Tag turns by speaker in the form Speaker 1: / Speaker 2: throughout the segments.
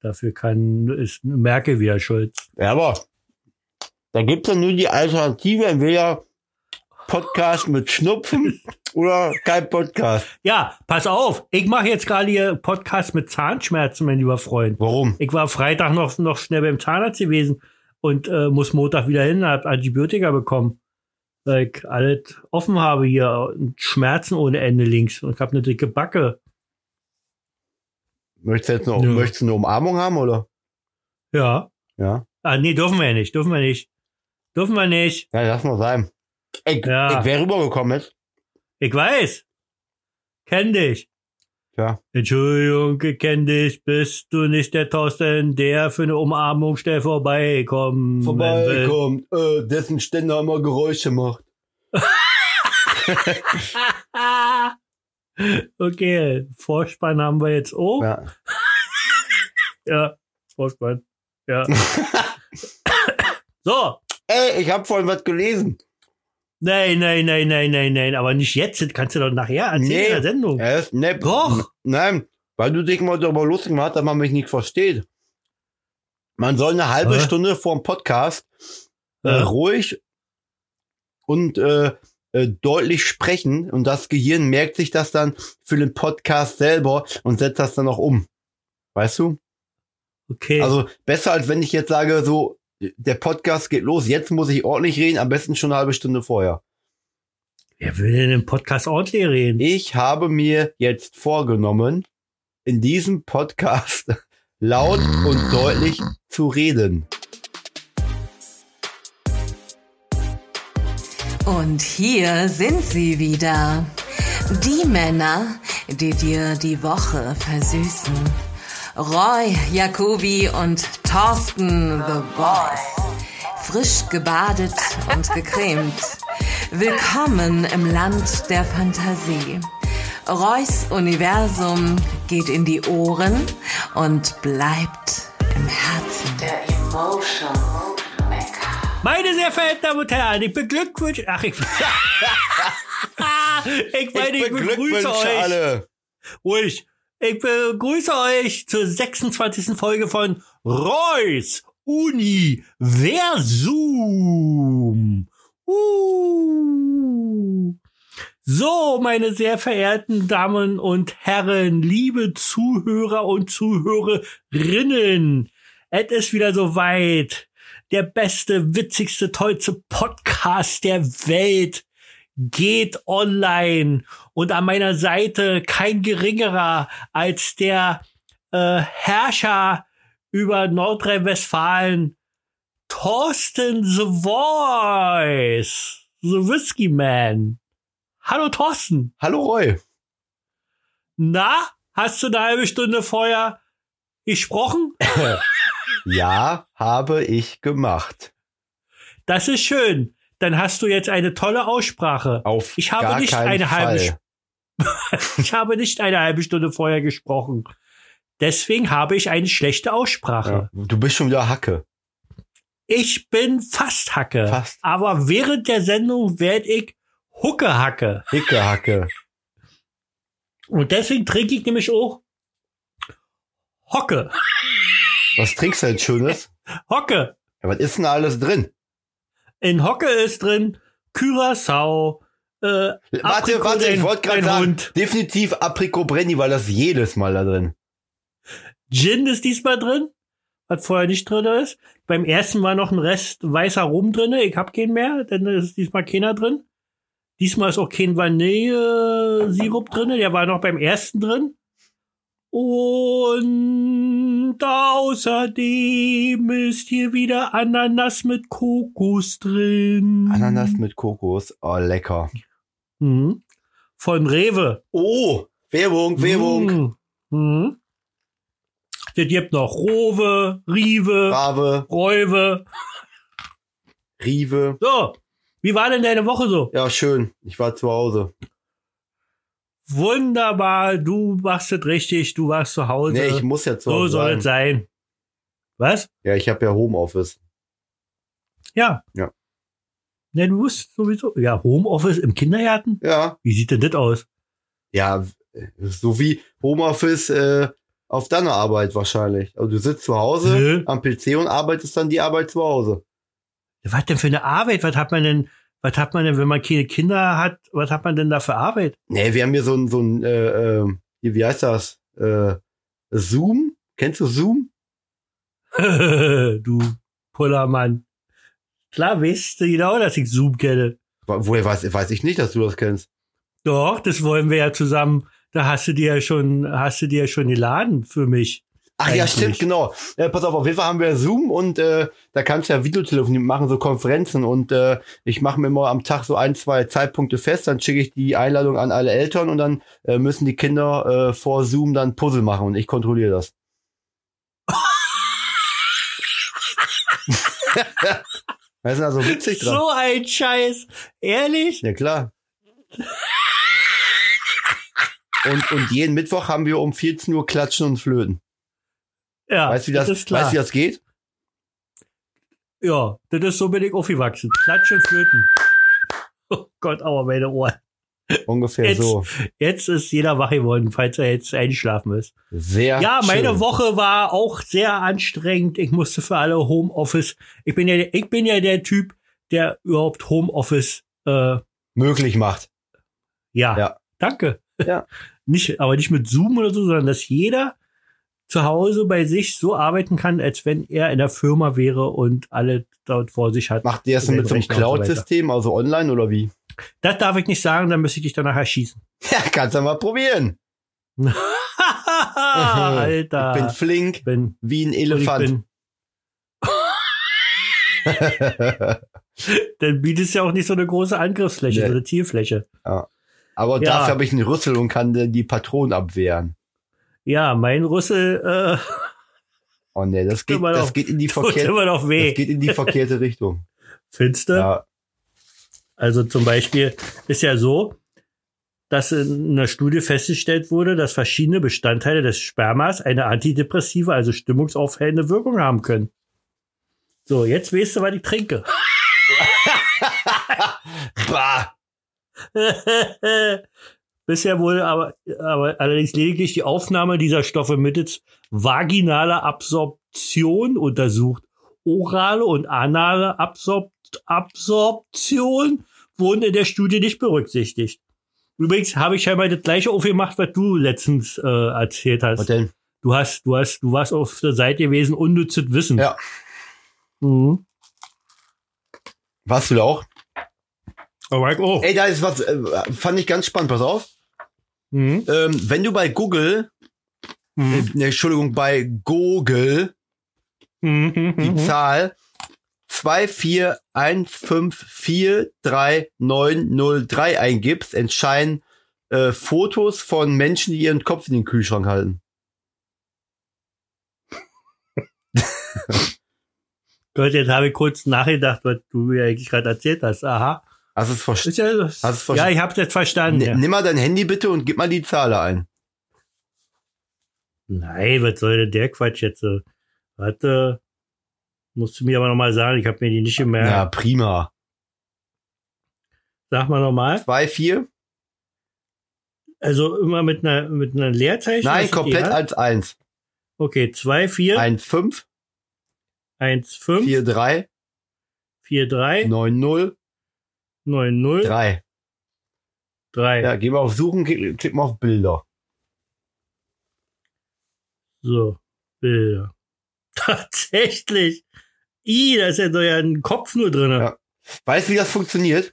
Speaker 1: Dafür kann, ist Merkel wieder schuld.
Speaker 2: Ja, aber da gibt's ja nur die Alternative, entweder Podcast mit Schnupfen oder kein Podcast.
Speaker 1: Ja, pass auf. Ich mache jetzt gerade hier Podcast mit Zahnschmerzen, mein lieber Freund.
Speaker 2: Warum?
Speaker 1: Ich war Freitag noch, noch schnell beim Zahnarzt gewesen und äh, muss Montag wieder hin, hab Antibiotika bekommen. Weil ich alles offen habe hier und Schmerzen ohne Ende links und ich habe eine dicke Backe.
Speaker 2: Möchtest du jetzt noch,
Speaker 1: Nö.
Speaker 2: möchtest du eine Umarmung haben oder?
Speaker 1: Ja.
Speaker 2: Ja.
Speaker 1: Ah, nee, dürfen wir ja nicht, dürfen wir nicht. Dürfen wir nicht.
Speaker 2: Ja, lass mal sein. Ich,
Speaker 1: Ja.
Speaker 2: ich wäre rübergekommen jetzt.
Speaker 1: Ich weiß. Kenn dich.
Speaker 2: Ja.
Speaker 1: Entschuldigung, ich kenn dich. Bist du nicht der Thorsten, der für eine Umarmung schnell vorbeikommen will?
Speaker 2: Vorbeikommt, äh, dessen Ständer immer Geräusche macht.
Speaker 1: okay, Vorspann haben wir jetzt auch. Ja,
Speaker 2: Ja.
Speaker 1: Vorspann. Ja. so,
Speaker 2: Ey, ich habe vorhin was gelesen.
Speaker 1: nein, nein, nein, nein, nein, nein, aber nicht jetzt, das kannst du doch nachher erzählen
Speaker 2: Nee.
Speaker 1: in der Sendung.
Speaker 2: Er ist ne,
Speaker 1: Doch.
Speaker 2: Nein, weil du dich mal darüber lustig gemacht, dass man mich nicht versteht. Man soll eine halbe
Speaker 1: Hä?
Speaker 2: Stunde vor dem Podcast äh,
Speaker 1: Ja.
Speaker 2: ruhig und äh, äh, deutlich sprechen und das Gehirn merkt sich das dann für den Podcast selber und setzt das dann auch um. Weißt du?
Speaker 1: Okay.
Speaker 2: Also besser als wenn ich jetzt sage, so, der Podcast geht los, jetzt muss ich ordentlich reden, am besten schon eine halbe Stunde vorher.
Speaker 1: Wer will denn im Podcast ordentlich reden?
Speaker 2: Ich habe mir jetzt vorgenommen, in diesem Podcast laut und deutlich zu reden.
Speaker 3: Und hier sind sie wieder. Die Männer, die dir die Woche versüßen. Roy, Jacobi und Thorsten the Boss. Frisch gebadet und gecremt. Willkommen im Land der Fantasie. Roys Universum geht in die Ohren und bleibt im Herzen. Der Emotion Maker.
Speaker 1: Meine sehr verehrten Damen und Herren, ich beglückwünsche. Ach, ich. ich meine, ich, begrüße euch.
Speaker 2: alle.
Speaker 1: Ruhig. Ich begrüße euch zur 26. Folge von Reus Universum. Uh. So, meine sehr verehrten Damen und Herren, liebe Zuhörer und Zuhörerinnen, es ist wieder soweit. Der beste, witzigste, tollste Podcast der Welt geht online. Und an meiner Seite kein geringerer als der äh, Herrscher über Nordrhein-Westfalen, Thorsten The Voice, The Whiskey Man. Hallo Thorsten.
Speaker 2: Hallo Roy.
Speaker 1: Na, hast du eine halbe Stunde vorher gesprochen?
Speaker 2: Ja, habe ich gemacht.
Speaker 1: Das ist schön. Dann hast du jetzt eine tolle Aussprache.
Speaker 2: Auf
Speaker 1: Ich habe
Speaker 2: gar
Speaker 1: nicht
Speaker 2: keinen
Speaker 1: eine halbe
Speaker 2: Fall.
Speaker 1: Sch- Ich habe nicht eine halbe Stunde vorher gesprochen. Deswegen habe ich eine schlechte Aussprache.
Speaker 2: Ja. Du bist schon wieder Hacke.
Speaker 1: Ich bin fast Hacke.
Speaker 2: Fast.
Speaker 1: Aber während der Sendung werde ich Hucke Hacke.
Speaker 2: Dicke Hacke.
Speaker 1: Und deswegen trinke ich nämlich auch Hocke.
Speaker 2: Was trinkst du denn Schönes?
Speaker 1: Hocke.
Speaker 2: Ja, was ist denn da alles drin?
Speaker 1: In Hocke ist drin Curaçao. Äh,
Speaker 2: Warte,
Speaker 1: Aprikot,
Speaker 2: warte, ich
Speaker 1: ein-
Speaker 2: wollte gerade
Speaker 1: ein
Speaker 2: sagen,
Speaker 1: Hund.
Speaker 2: definitiv Aprikot Brenny, weil das jedes Mal da drin.
Speaker 1: Gin ist diesmal drin, was vorher nicht drin ist. Beim ersten war noch ein Rest weißer Rum drin. Ich habe keinen mehr, denn da ist diesmal keiner drin. Diesmal ist auch kein Vanille-Sirup drin, der war noch beim ersten drin. Und außerdem ist hier wieder Ananas mit Kokos drin.
Speaker 2: Ananas mit Kokos, oh lecker.
Speaker 1: Mhm. Von Rewe.
Speaker 2: Oh, Werbung, Werbung.
Speaker 1: Mm. Mm. Das gibt noch Rowe, Rive,
Speaker 2: Brave,
Speaker 1: Räuwe.
Speaker 2: Rive.
Speaker 1: So, wie war denn deine Woche so?
Speaker 2: Ja, schön. Ich war zu Hause.
Speaker 1: Wunderbar, du machst es richtig, du warst zu Hause.
Speaker 2: nee, ich muss ja zu
Speaker 1: so
Speaker 2: Hause
Speaker 1: soll
Speaker 2: sein.
Speaker 1: es sein. Was?
Speaker 2: Ja, ich habe ja Homeoffice.
Speaker 1: Ja.
Speaker 2: Ja.
Speaker 1: Ne, du musst sowieso. Ja, Homeoffice im Kindergarten?
Speaker 2: Ja.
Speaker 1: Wie sieht denn das aus?
Speaker 2: Ja, so wie Homeoffice äh, auf deiner Arbeit wahrscheinlich. Also du sitzt zu Hause
Speaker 1: Nö.
Speaker 2: am PC und arbeitest dann die Arbeit zu Hause.
Speaker 1: Was denn für eine Arbeit? Was hat man denn, was hat man denn, wenn man keine Kinder hat, was hat man denn da für Arbeit?
Speaker 2: Nee, wir haben hier so ein, so ein, äh, ähm, hier, wie heißt das? Äh, Zoom? Kennst du Zoom?
Speaker 1: du Pullermann. Klar, weißt du genau, dass ich Zoom kenne.
Speaker 2: Wo- Woher weiß, weiß ich nicht, dass du das kennst?
Speaker 1: Doch, das wollen wir ja zusammen. Da hast du dir ja schon, hast du dir ja schon geladen für mich.
Speaker 2: Ach ja,
Speaker 1: Eigentlich.
Speaker 2: stimmt, genau. Äh, pass auf, auf jeden Fall haben wir Zoom und äh, da kannst du ja Videotelefonie machen, so Konferenzen und äh, ich mache mir immer am Tag so ein, zwei Zeitpunkte fest, dann schicke ich die Einladung an alle Eltern und dann äh, müssen die Kinder äh, vor Zoom dann Puzzle machen und ich kontrolliere das. das ist also witzig dran.
Speaker 1: So ein Scheiß. Ehrlich?
Speaker 2: Ja, klar. Und, und jeden Mittwoch haben wir um 14 Uhr Klatschen und Flöten.
Speaker 1: Ja,
Speaker 2: Weißt du, wie das,
Speaker 1: ist klar.
Speaker 2: weißt du, wie das geht?
Speaker 1: Ja, das ist so bin ich aufgewachsen. Klatschen, Flöten. Oh Gott, aber meine Ohren.
Speaker 2: Ungefähr
Speaker 1: Jetzt.
Speaker 2: so.
Speaker 1: Jetzt ist jeder wach geworden, falls er jetzt eingeschlafen ist.
Speaker 2: Sehr
Speaker 1: Ja, meine
Speaker 2: schön.
Speaker 1: Woche war auch sehr anstrengend. Ich musste für alle Homeoffice. Ich bin ja, ich bin ja der Typ, der überhaupt Homeoffice, äh, ja.
Speaker 2: Möglich macht. Ja.
Speaker 1: Danke.
Speaker 2: Ja.
Speaker 1: Nicht, aber nicht mit Zoom oder so, sondern dass jeder zu Hause bei sich so arbeiten kann, als wenn er in der Firma wäre und alle dort vor sich hat.
Speaker 2: Macht ihr das mit so einem
Speaker 1: Rechner und so weiter.
Speaker 2: Cloud-System, also online oder wie?
Speaker 1: Das darf ich nicht sagen, dann müsste ich dich danach erschießen.
Speaker 2: Ja, kannst du mal probieren.
Speaker 1: Alter.
Speaker 2: Ich bin flink
Speaker 1: bin
Speaker 2: wie ein
Speaker 1: Und
Speaker 2: Elefant.
Speaker 1: Ich bin, dann bietest du ja auch nicht so eine große Angriffsfläche,
Speaker 2: Nee.
Speaker 1: so eine Zielfläche.
Speaker 2: Aber
Speaker 1: Ja.
Speaker 2: dafür habe ich einen Rüssel und kann dann die Patronen abwehren.
Speaker 1: Ja, mein Rüssel
Speaker 2: Oh nee, das
Speaker 1: Tut
Speaker 2: geht,
Speaker 1: mir
Speaker 2: das
Speaker 1: doch-
Speaker 2: geht in die
Speaker 1: äh, tut
Speaker 2: verkehrte,
Speaker 1: immer noch
Speaker 2: das
Speaker 1: weh.
Speaker 2: geht in die verkehrte Richtung.
Speaker 1: Finster.
Speaker 2: Ja,
Speaker 1: Also zum Beispiel ist ja so, dass in einer Studie festgestellt wurde, dass verschiedene Bestandteile des Spermas eine antidepressive, also stimmungsaufhellende Wirkung haben können. So, jetzt weißt du, was ich trinke.
Speaker 2: bah,
Speaker 1: Bisher wurde aber, aber allerdings lediglich die Aufnahme dieser Stoffe mittels vaginaler Absorption untersucht. Orale und anale Absorp Absorption wurden in der Studie nicht berücksichtigt. Übrigens habe ich scheinbar das gleiche aufgemacht, was du letztens äh, erzählt hast.
Speaker 2: was denn?
Speaker 1: Du hast, du hast, du warst auf der Seite gewesen, unnützes Wissen.
Speaker 2: Ja.
Speaker 1: Mhm.
Speaker 2: Warst du da auch?
Speaker 1: Aber ich auch.
Speaker 2: Ey, da ist was, äh, fand ich ganz spannend, pass auf.
Speaker 1: Mhm.
Speaker 2: Ähm, wenn du bei Google, äh,
Speaker 1: Mhm.
Speaker 2: nee, Entschuldigung, bei Google die
Speaker 1: Mhm.
Speaker 2: Zahl 241543903 eingibst, entscheiden äh, Fotos von Menschen, die ihren Kopf in den Kühlschrank halten.
Speaker 1: Gott, jetzt habe ich kurz nachgedacht, was du mir eigentlich gerade erzählt hast. Aha.
Speaker 2: Hast du Also es verstanden?
Speaker 1: Ist ja,
Speaker 2: du's verstanden?
Speaker 1: ja, ich habe jetzt verstanden. ja.
Speaker 2: Nimm mal dein Handy bitte und gib mal die Zahl ein.
Speaker 1: Nein, was soll denn der Quatsch jetzt? äh? Warte, musst du mir aber nochmal sagen, ich habe mir die nicht
Speaker 2: Ja,
Speaker 1: gemerkt.
Speaker 2: prima.
Speaker 1: Sag mal nochmal.
Speaker 2: 2, 4?
Speaker 1: Also immer mit einer, mit einer Leerzeichen?
Speaker 2: Nein,
Speaker 1: dass ich die halt.
Speaker 2: komplett
Speaker 1: hab?
Speaker 2: als 1.
Speaker 1: Okay, 2, 4,
Speaker 2: 1, 5,
Speaker 1: 1, 5,
Speaker 2: 4, 3,
Speaker 1: 4, 3,
Speaker 2: 9, 0,
Speaker 1: 9, 0,
Speaker 2: 3.
Speaker 1: 3.
Speaker 2: Ja, geh mal auf Suchen, klick, klick mal auf Bilder.
Speaker 1: So, Bilder. Tatsächlich. I, da ist ja so ja ein Kopf nur drin.
Speaker 2: Ja. Weißt du, wie das funktioniert?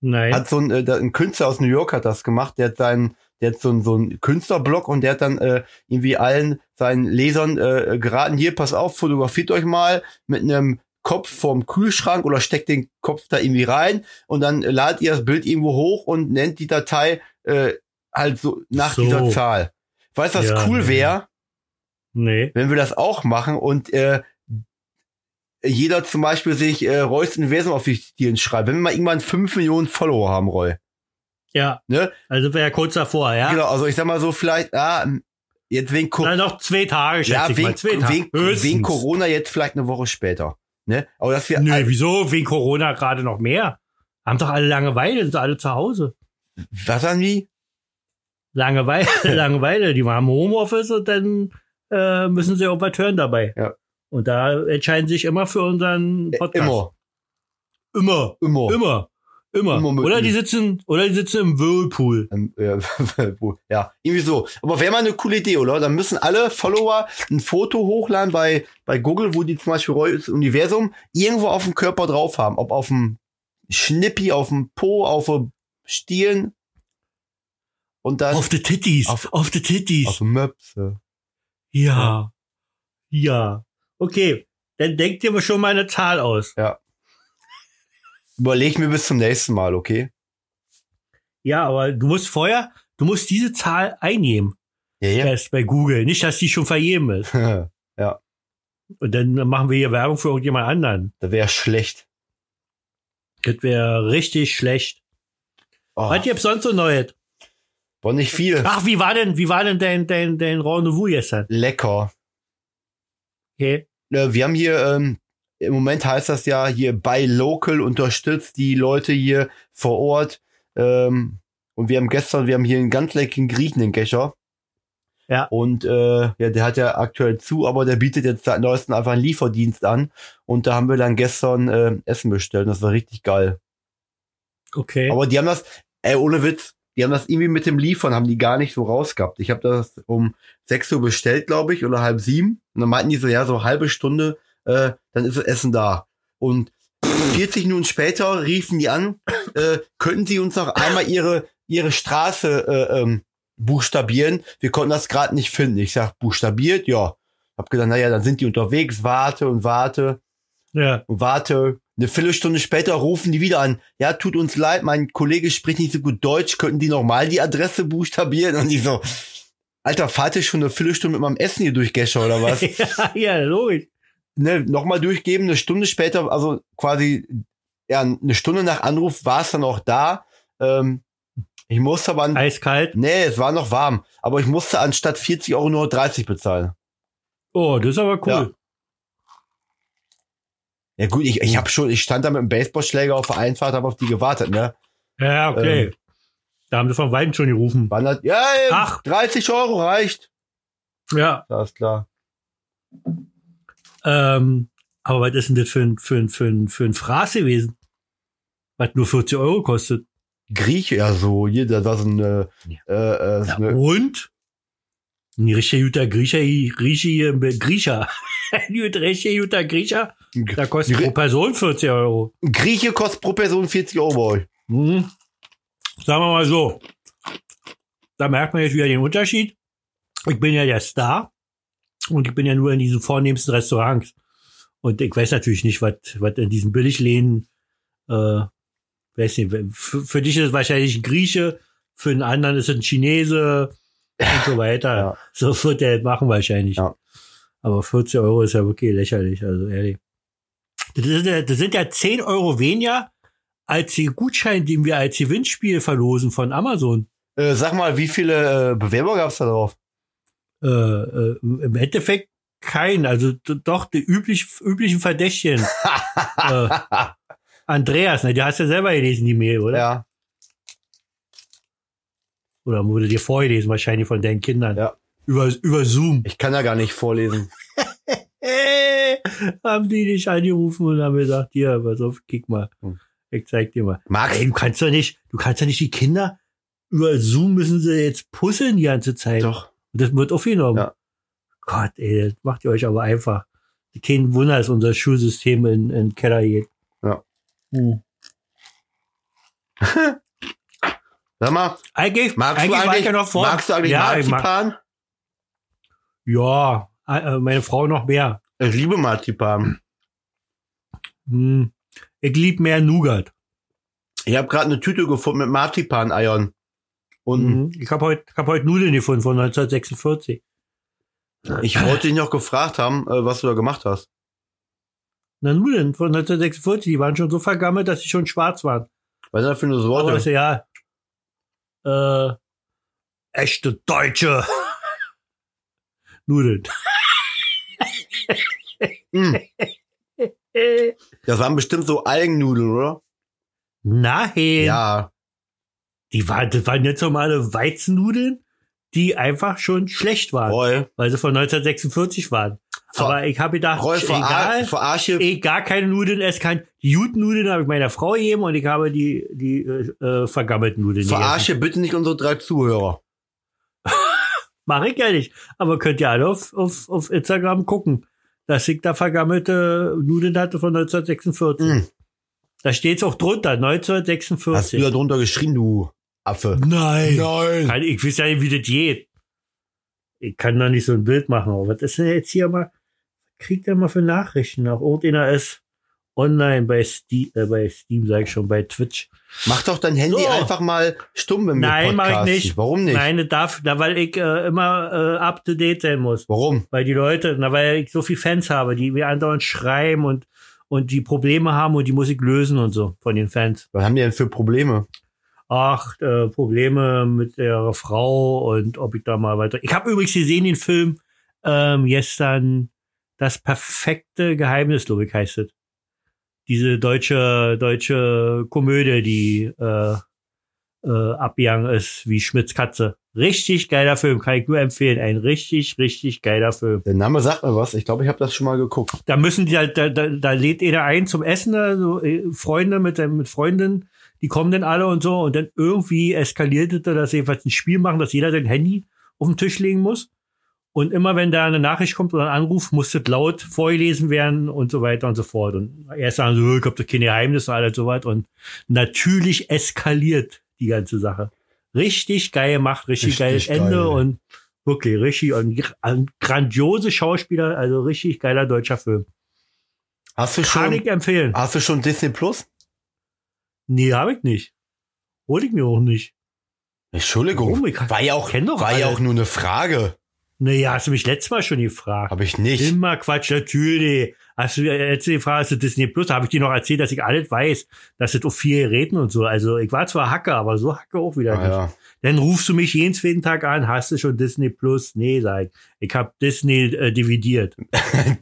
Speaker 1: Nein.
Speaker 2: hat so ein, äh, da- ein Künstler aus New York hat das gemacht, der hat seinen, der hat so ein, so ein Künstlerblock und der hat dann äh, irgendwie allen seinen Lesern äh, geraten, hier, pass auf, fotografiert euch mal mit einem Kopf vorm Kühlschrank oder steckt den Kopf da irgendwie rein und dann äh, ladet ihr das Bild irgendwo hoch und nennt die Datei äh, halt so nach
Speaker 1: So.
Speaker 2: dieser Zahl. Weißt du, was
Speaker 1: Ja,
Speaker 2: cool
Speaker 1: ja.
Speaker 2: wäre,
Speaker 1: nee.
Speaker 2: wenn wir das auch machen und äh, jeder zum Beispiel sich äh, Reus Universum auf die Stirn schreibt. Wenn wir mal irgendwann 5 Millionen Follower haben, Roy.
Speaker 1: Ja.
Speaker 2: Ne?
Speaker 1: Also wäre ja kurz davor, ja?
Speaker 2: Genau, also ich sag mal so, vielleicht, ah, jetzt wegen, Co
Speaker 1: Na, noch zwei Tage, schätze
Speaker 2: ja,
Speaker 1: ich
Speaker 2: wegen,
Speaker 1: mal. Zwei Tage.
Speaker 2: wegen,
Speaker 1: Höchstens.
Speaker 2: wegen Corona jetzt vielleicht eine Woche später. Ne? Aber dass wir,
Speaker 1: Nö, wieso? Wegen Corona gerade noch mehr. Haben doch alle Langeweile, sind alle zu Hause.
Speaker 2: was haben die?
Speaker 1: Langeweile, Langeweile. Die waren im Homeoffice und dann äh, müssen sie irgendwas hören dabei.
Speaker 2: Ja.
Speaker 1: Und da entscheiden sie sich immer für unseren Podcast.
Speaker 2: Immer.
Speaker 1: Immer.
Speaker 2: Immer.
Speaker 1: Immer. Immer.
Speaker 2: Immer mit
Speaker 1: oder die
Speaker 2: ihm.
Speaker 1: sitzen, oder die sitzen im Whirlpool.
Speaker 2: Ähm, äh, wo- ja, irgendwie so. Aber wäre mal eine coole Idee, oder? Dann müssen alle Follower ein Foto hochladen bei, bei Google, wo die zum Beispiel Reus Universum irgendwo auf dem Körper drauf haben. Ob auf dem Schnippi, auf dem Po, auf dem Stielen. Und dann
Speaker 1: Auf die Titties.
Speaker 2: Auf-
Speaker 1: Auf die Titties.
Speaker 2: auf dem Möpse.
Speaker 1: Ja. Ja. Okay. Dann denkt ihr mir schon mal eine Zahl aus.
Speaker 2: Überleg mir bis zum nächsten Mal, okay?
Speaker 1: Ja, aber du musst vorher, du musst diese Zahl einnehmen.
Speaker 2: Ja, ja.
Speaker 1: Erst bei Google. Nicht, dass die schon vergeben ist. Und dann machen wir hier Werbung für irgendjemand anderen.
Speaker 2: da wäre schlecht.
Speaker 1: Das wäre richtig schlecht.
Speaker 2: Oh,
Speaker 1: Was gibt's sonst so Neues?
Speaker 2: war nicht viel.
Speaker 1: Ach, wie war denn, wie war denn dein, dein, dein Rendezvous gestern?
Speaker 2: Lecker.
Speaker 1: Okay.
Speaker 2: Äh, wir haben hier, ähm, im Moment heißt das ja hier bei Local unterstützt die Leute hier vor Ort. Ähm, und wir haben gestern, wir haben hier einen ganz leckeren Griechen in Kescher.
Speaker 1: Ja.
Speaker 2: Und äh, ja, der hat ja aktuell zu, aber der bietet jetzt seit neuestem einfach einen Lieferdienst an. Und da haben wir dann gestern äh, Essen bestellt. Und das war richtig geil.
Speaker 1: Okay.
Speaker 2: Aber die haben das, ey, ohne Witz, die haben das irgendwie mit dem Liefern, haben die gar nicht so rausgehabt. Ich habe das um 6 Uhr bestellt, glaube ich, oder halb sieben. Und dann meinten die so, ja, so halbe Stunde, äh, dann ist das Essen da. Und 40 Minuten später riefen die an, äh, könnten sie uns noch einmal ihre, ihre Straße äh, ähm, buchstabieren? Wir konnten das gerade nicht finden. Ich sag, buchstabiert, ja. Hab gedacht, naja, dann sind die unterwegs, warte und warte
Speaker 1: ja.
Speaker 2: und warte. Eine Viertelstunde später rufen die wieder an. Ja, tut uns leid, mein Kollege spricht nicht so gut Deutsch. Könnten die nochmal die Adresse buchstabieren? Und ich so, Alter, fahrt ihr schon eine Viertelstunde mit meinem Essen hier durch Gescher oder was?
Speaker 1: ja, ja, logisch.
Speaker 2: ne, nochmal durchgeben, eine Stunde später, also quasi, ja, eine Stunde nach Anruf war es dann auch da. Ähm, ich musste aber, an,
Speaker 1: Eiskalt.
Speaker 2: nee, es war noch warm, aber ich musste anstatt 40 Euro nur 30 bezahlen.
Speaker 1: Oh, das ist aber cool.
Speaker 2: Ja gut, ich, ich hab schon, ich stand da mit einem Baseballschläger auf der Einfahrt, hab auf die gewartet, ne?
Speaker 1: Ja, okay.
Speaker 2: Ähm.
Speaker 1: Da haben sie von Weitem schon gerufen.
Speaker 2: Waren das, ja, ey,
Speaker 1: Ach.
Speaker 2: 30 Euro reicht.
Speaker 1: Ja.
Speaker 2: Ja, ist klar.
Speaker 1: Ähm, aber was ist denn das für ein, für ein, für ein, für ein Fraß gewesen? Was nur 40 Euro kostet.
Speaker 2: Grieche, ja, so, jeder, das ist eine,
Speaker 1: Ja.
Speaker 2: äh, äh, so
Speaker 1: Ja,
Speaker 2: eine
Speaker 1: und? Ein richtig guter Griecher, Grieche hier im Bild- Griecher. Ein gut- richtig guter Griecher, da kostet
Speaker 2: Grie-
Speaker 1: pro Person 40 Euro.
Speaker 2: ein Grieche kostet pro Person 40 Euro bei euch.
Speaker 1: Mhm. Sagen wir mal so. Da merkt man jetzt wieder den Unterschied. Ich bin ja der Star und ich bin ja nur in diesen vornehmsten Restaurants. Und ich weiß natürlich nicht, was was in diesen Billigläden, äh, weiß nicht, für, für dich ist es wahrscheinlich ein Grieche, für einen anderen ist es ein Chinese und so weiter.
Speaker 2: Ja.
Speaker 1: So wird der machen wahrscheinlich.
Speaker 2: Ja.
Speaker 1: Aber 40 Euro ist ja wirklich lächerlich, also ehrlich. Das, ist, ja- das sind ja 10 Euro weniger als den Gutschein, den wir als Gewinnspiel verlosen von Amazon.
Speaker 2: Äh, sag mal, wie viele äh, Bewerber gab's da drauf?
Speaker 1: Äh, äh, Im Endeffekt kein, also d- doch die üblich, üblichen Verdächtigen. äh, Andreas, ne, du hast ja selber gelesen die Mail, oder?
Speaker 2: Ja,
Speaker 1: Oder wurde dir vorgelesen, wahrscheinlich von deinen Kindern.
Speaker 2: Ja.
Speaker 1: Über, über Zoom.
Speaker 2: ich kann ja gar nicht vorlesen.
Speaker 1: Äh, haben die dich angerufen und haben gesagt, hier, pass auf, kick mal.
Speaker 2: Hm.
Speaker 1: Ich zeig dir mal.
Speaker 2: Max,
Speaker 1: Ey, du kannst doch nicht, du kannst doch nicht die Kinder über Zoom müssen sie jetzt puzzeln die ganze Zeit.
Speaker 2: doch.
Speaker 1: Und das wird aufgenommen.
Speaker 2: Ja.
Speaker 1: Gott, ey, das macht ihr euch aber einfach. Kein Wunder, dass unser Schulsystem in, in den Keller geht.
Speaker 2: Ja.
Speaker 1: Hm.
Speaker 2: Sag mal,
Speaker 1: Eigentlich,
Speaker 2: magst du
Speaker 1: eigentlich war ich
Speaker 2: eigentlich,
Speaker 1: ja noch vor.
Speaker 2: magst du eigentlich
Speaker 1: ja, ich mag,
Speaker 2: Marzipan?
Speaker 1: ja, äh, meine Frau noch mehr.
Speaker 2: Ich liebe Marzipan.
Speaker 1: Hm. Ich lieb mehr Nougat.
Speaker 2: Ich habe gerade eine Tüte gefunden mit Marzipan-Eiern. Und
Speaker 1: Mhm. Ich habe heute hab heut Nudeln gefunden von 1946.
Speaker 2: ich wollte dich noch gefragt haben, äh, was du da gemacht hast.
Speaker 1: Na, Nudeln von 1946, die waren schon so vergammelt, dass sie schon schwarz waren.
Speaker 2: Was ist das für eine
Speaker 1: Aber
Speaker 2: Sorte?
Speaker 1: ist ja egal. Äh, echte deutsche Nudeln.
Speaker 2: Mm, das waren bestimmt so Algennudeln, oder?
Speaker 1: Nein.
Speaker 2: Ja.
Speaker 1: Die war, das waren jetzt normale Weizennudeln, die einfach schon schlecht waren,
Speaker 2: Roy,
Speaker 1: weil sie von 1946 waren.
Speaker 2: Ver-
Speaker 1: Aber ich habe gedacht,
Speaker 2: Roy, verar
Speaker 1: egal,
Speaker 2: verarsche.
Speaker 1: eh gar keine Nudeln essen kann. Die guten Nudeln habe ich meiner Frau gegeben und ich habe die, die äh, äh, vergammelten Nudeln gegessen.
Speaker 2: Verarsche bitte nicht unsere drei Zuhörer.
Speaker 1: Mach ich ja nicht. Aber könnt ihr alle auf, auf, auf Instagram gucken, dass ich da vergammelte Nudeln hatte von 1946.
Speaker 2: Hm.
Speaker 1: Da steht's auch drunter,
Speaker 2: Hast du
Speaker 1: 1946.
Speaker 2: da drunter geschrien, du Affe?
Speaker 1: Nein.
Speaker 2: Nein.
Speaker 1: Kann, ich weiß ja nicht, wie das geht. Ich kann da nicht so ein Bild machen. Aber was ist denn jetzt hier mal? Kriegt er mal für Nachrichten nach? Irgendeiner ist online bei Steam, äh, bei Steam sage ich schon, bei Twitch.
Speaker 2: Mach doch dein Handy
Speaker 1: So.
Speaker 2: einfach mal stumm, wenn wir
Speaker 1: Nein, mach ich
Speaker 2: podcasten.
Speaker 1: nicht.
Speaker 2: Warum nicht?
Speaker 1: Nein, das darf, na, weil ich äh, immer äh, up to date sein muss.
Speaker 2: Warum?
Speaker 1: Weil die Leute, na, weil ich so viele Fans habe, die mir andauernd schreiben und, und die Probleme haben und die muss ich lösen und so von den Fans.
Speaker 2: Was haben die denn für Probleme?
Speaker 1: ach, äh, Probleme mit ihrer Frau und ob ich da mal weiter. Ich habe übrigens gesehen den Film ähm, gestern Das perfekte Geheimnis, glaube ich, heißt es. Diese deutsche, deutsche Komödie, die äh, äh, abgegangen ist wie Schmitz Katze. Richtig geiler Film, kann ich nur empfehlen. Ein richtig, richtig geiler Film.
Speaker 2: Der Name sagt mir was. Ich glaube, ich habe das schon mal geguckt.
Speaker 1: Da müssen die halt, da, da, da lädt jeder ein zum Essen, da, so äh, Freunde mit, seinem- mit Freundinnen, die kommen dann alle und so und dann irgendwie eskalierte da, dass sie jedenfalls ein Spiel machen, dass jeder sein Handy auf den Tisch legen muss. Und immer wenn da eine Nachricht kommt oder ein Anruf, muss das laut vorgelesen werden und so weiter und so fort. Und erst sagen so, ich hab doch kein Geheimnis und alles so weit. Und natürlich eskaliert die ganze Sache. Richtig geil macht, richtig,
Speaker 2: Richtig
Speaker 1: geiles
Speaker 2: geil.
Speaker 1: Ende und wirklich richtig und und grandiose Schauspieler, also richtig geiler deutscher Film.
Speaker 2: Hast du
Speaker 1: Kann
Speaker 2: schon, Ah.
Speaker 1: ich empfehlen.
Speaker 2: hast du schon Disney Plus?
Speaker 1: Nee, habe ich nicht. Hol ich mir auch nicht.
Speaker 2: Entschuldigung.
Speaker 1: Ich
Speaker 2: War ja auch,
Speaker 1: kenn doch
Speaker 2: war ja
Speaker 1: alle.
Speaker 2: auch nur eine Frage.
Speaker 1: Naja, hast du mich letztes Mal schon gefragt.
Speaker 2: Habe ich nicht.
Speaker 1: Immer Quatsch, natürlich. Hast du jetzt die Frage, hast du Disney Plus? Habe ich dir noch erzählt, dass ich alles weiß, dass das auf vier Geräten und so. Also ich war zwar Hacker, aber so Hacker auch wieder
Speaker 2: Ah,
Speaker 1: nicht.
Speaker 2: ja.
Speaker 1: Dann rufst du mich jeden zweiten Tag an, hast du schon Disney Plus? Nee, sag ich. Ich habe Disney äh, dividiert.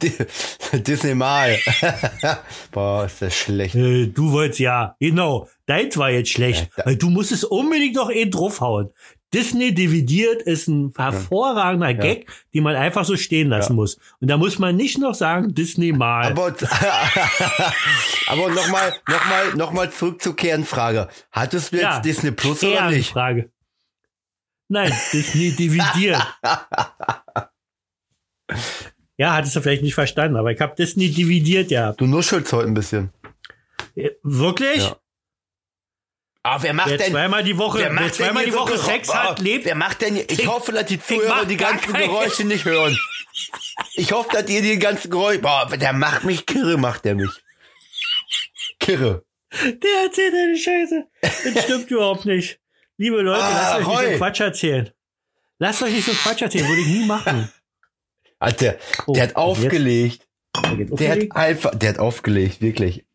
Speaker 2: Di- Disney mal. Boah, ist das schlecht.
Speaker 1: Äh, du wolltest ja, genau. Deins war jetzt schlecht.
Speaker 2: Ja, da-
Speaker 1: weil du musstest unbedingt noch eh draufhauen. Disney dividiert ist ein hervorragender Gag, den man einfach so stehen lassen
Speaker 2: Ja.
Speaker 1: muss. Und da muss man nicht noch sagen, Disney mal.
Speaker 2: Aber, aber nochmal noch mal, noch mal zurück zur Kernfrage. Hattest du jetzt
Speaker 1: Ja.
Speaker 2: Disney Plus oder nicht?
Speaker 1: Frage. Nein, Disney dividiert. ja, hattest du vielleicht nicht verstanden, aber ich habe Disney dividiert gehabt.
Speaker 2: Du nuschelst heute ein bisschen.
Speaker 1: Äh, Wirklich?
Speaker 2: Ja. Ah, wer macht
Speaker 1: Wer
Speaker 2: denn,
Speaker 1: zweimal die Woche,
Speaker 2: wer
Speaker 1: wer
Speaker 2: macht denn
Speaker 1: zweimal
Speaker 2: hier
Speaker 1: die
Speaker 2: so
Speaker 1: Woche
Speaker 2: Gero-
Speaker 1: Sex
Speaker 2: Ah,
Speaker 1: hat, lebt
Speaker 2: Wer macht denn hier? Ich,
Speaker 1: Ich-
Speaker 2: hoffe, dass die
Speaker 1: mach
Speaker 2: Zuhörer die
Speaker 1: gar
Speaker 2: ganzen
Speaker 1: keine-
Speaker 2: Geräusche nicht hören. Ich hoffe, dass ihr die ganzen Geräusche. Boah, der macht mich kirre, macht der mich. Kirre.
Speaker 1: Der erzählt eine Scheiße. Das stimmt überhaupt nicht. Liebe Leute,
Speaker 2: Ah,
Speaker 1: lasst euch nicht
Speaker 2: Roy.
Speaker 1: so Quatsch erzählen. Lasst euch nicht so Quatsch erzählen, würde ich nie machen.
Speaker 2: Hat der,
Speaker 1: Oh,
Speaker 2: der hat
Speaker 1: und jetzt-
Speaker 2: aufgelegt.
Speaker 1: jetzt
Speaker 2: Der hat
Speaker 1: aufgelegt?
Speaker 2: einfach, der hat aufgelegt, wirklich.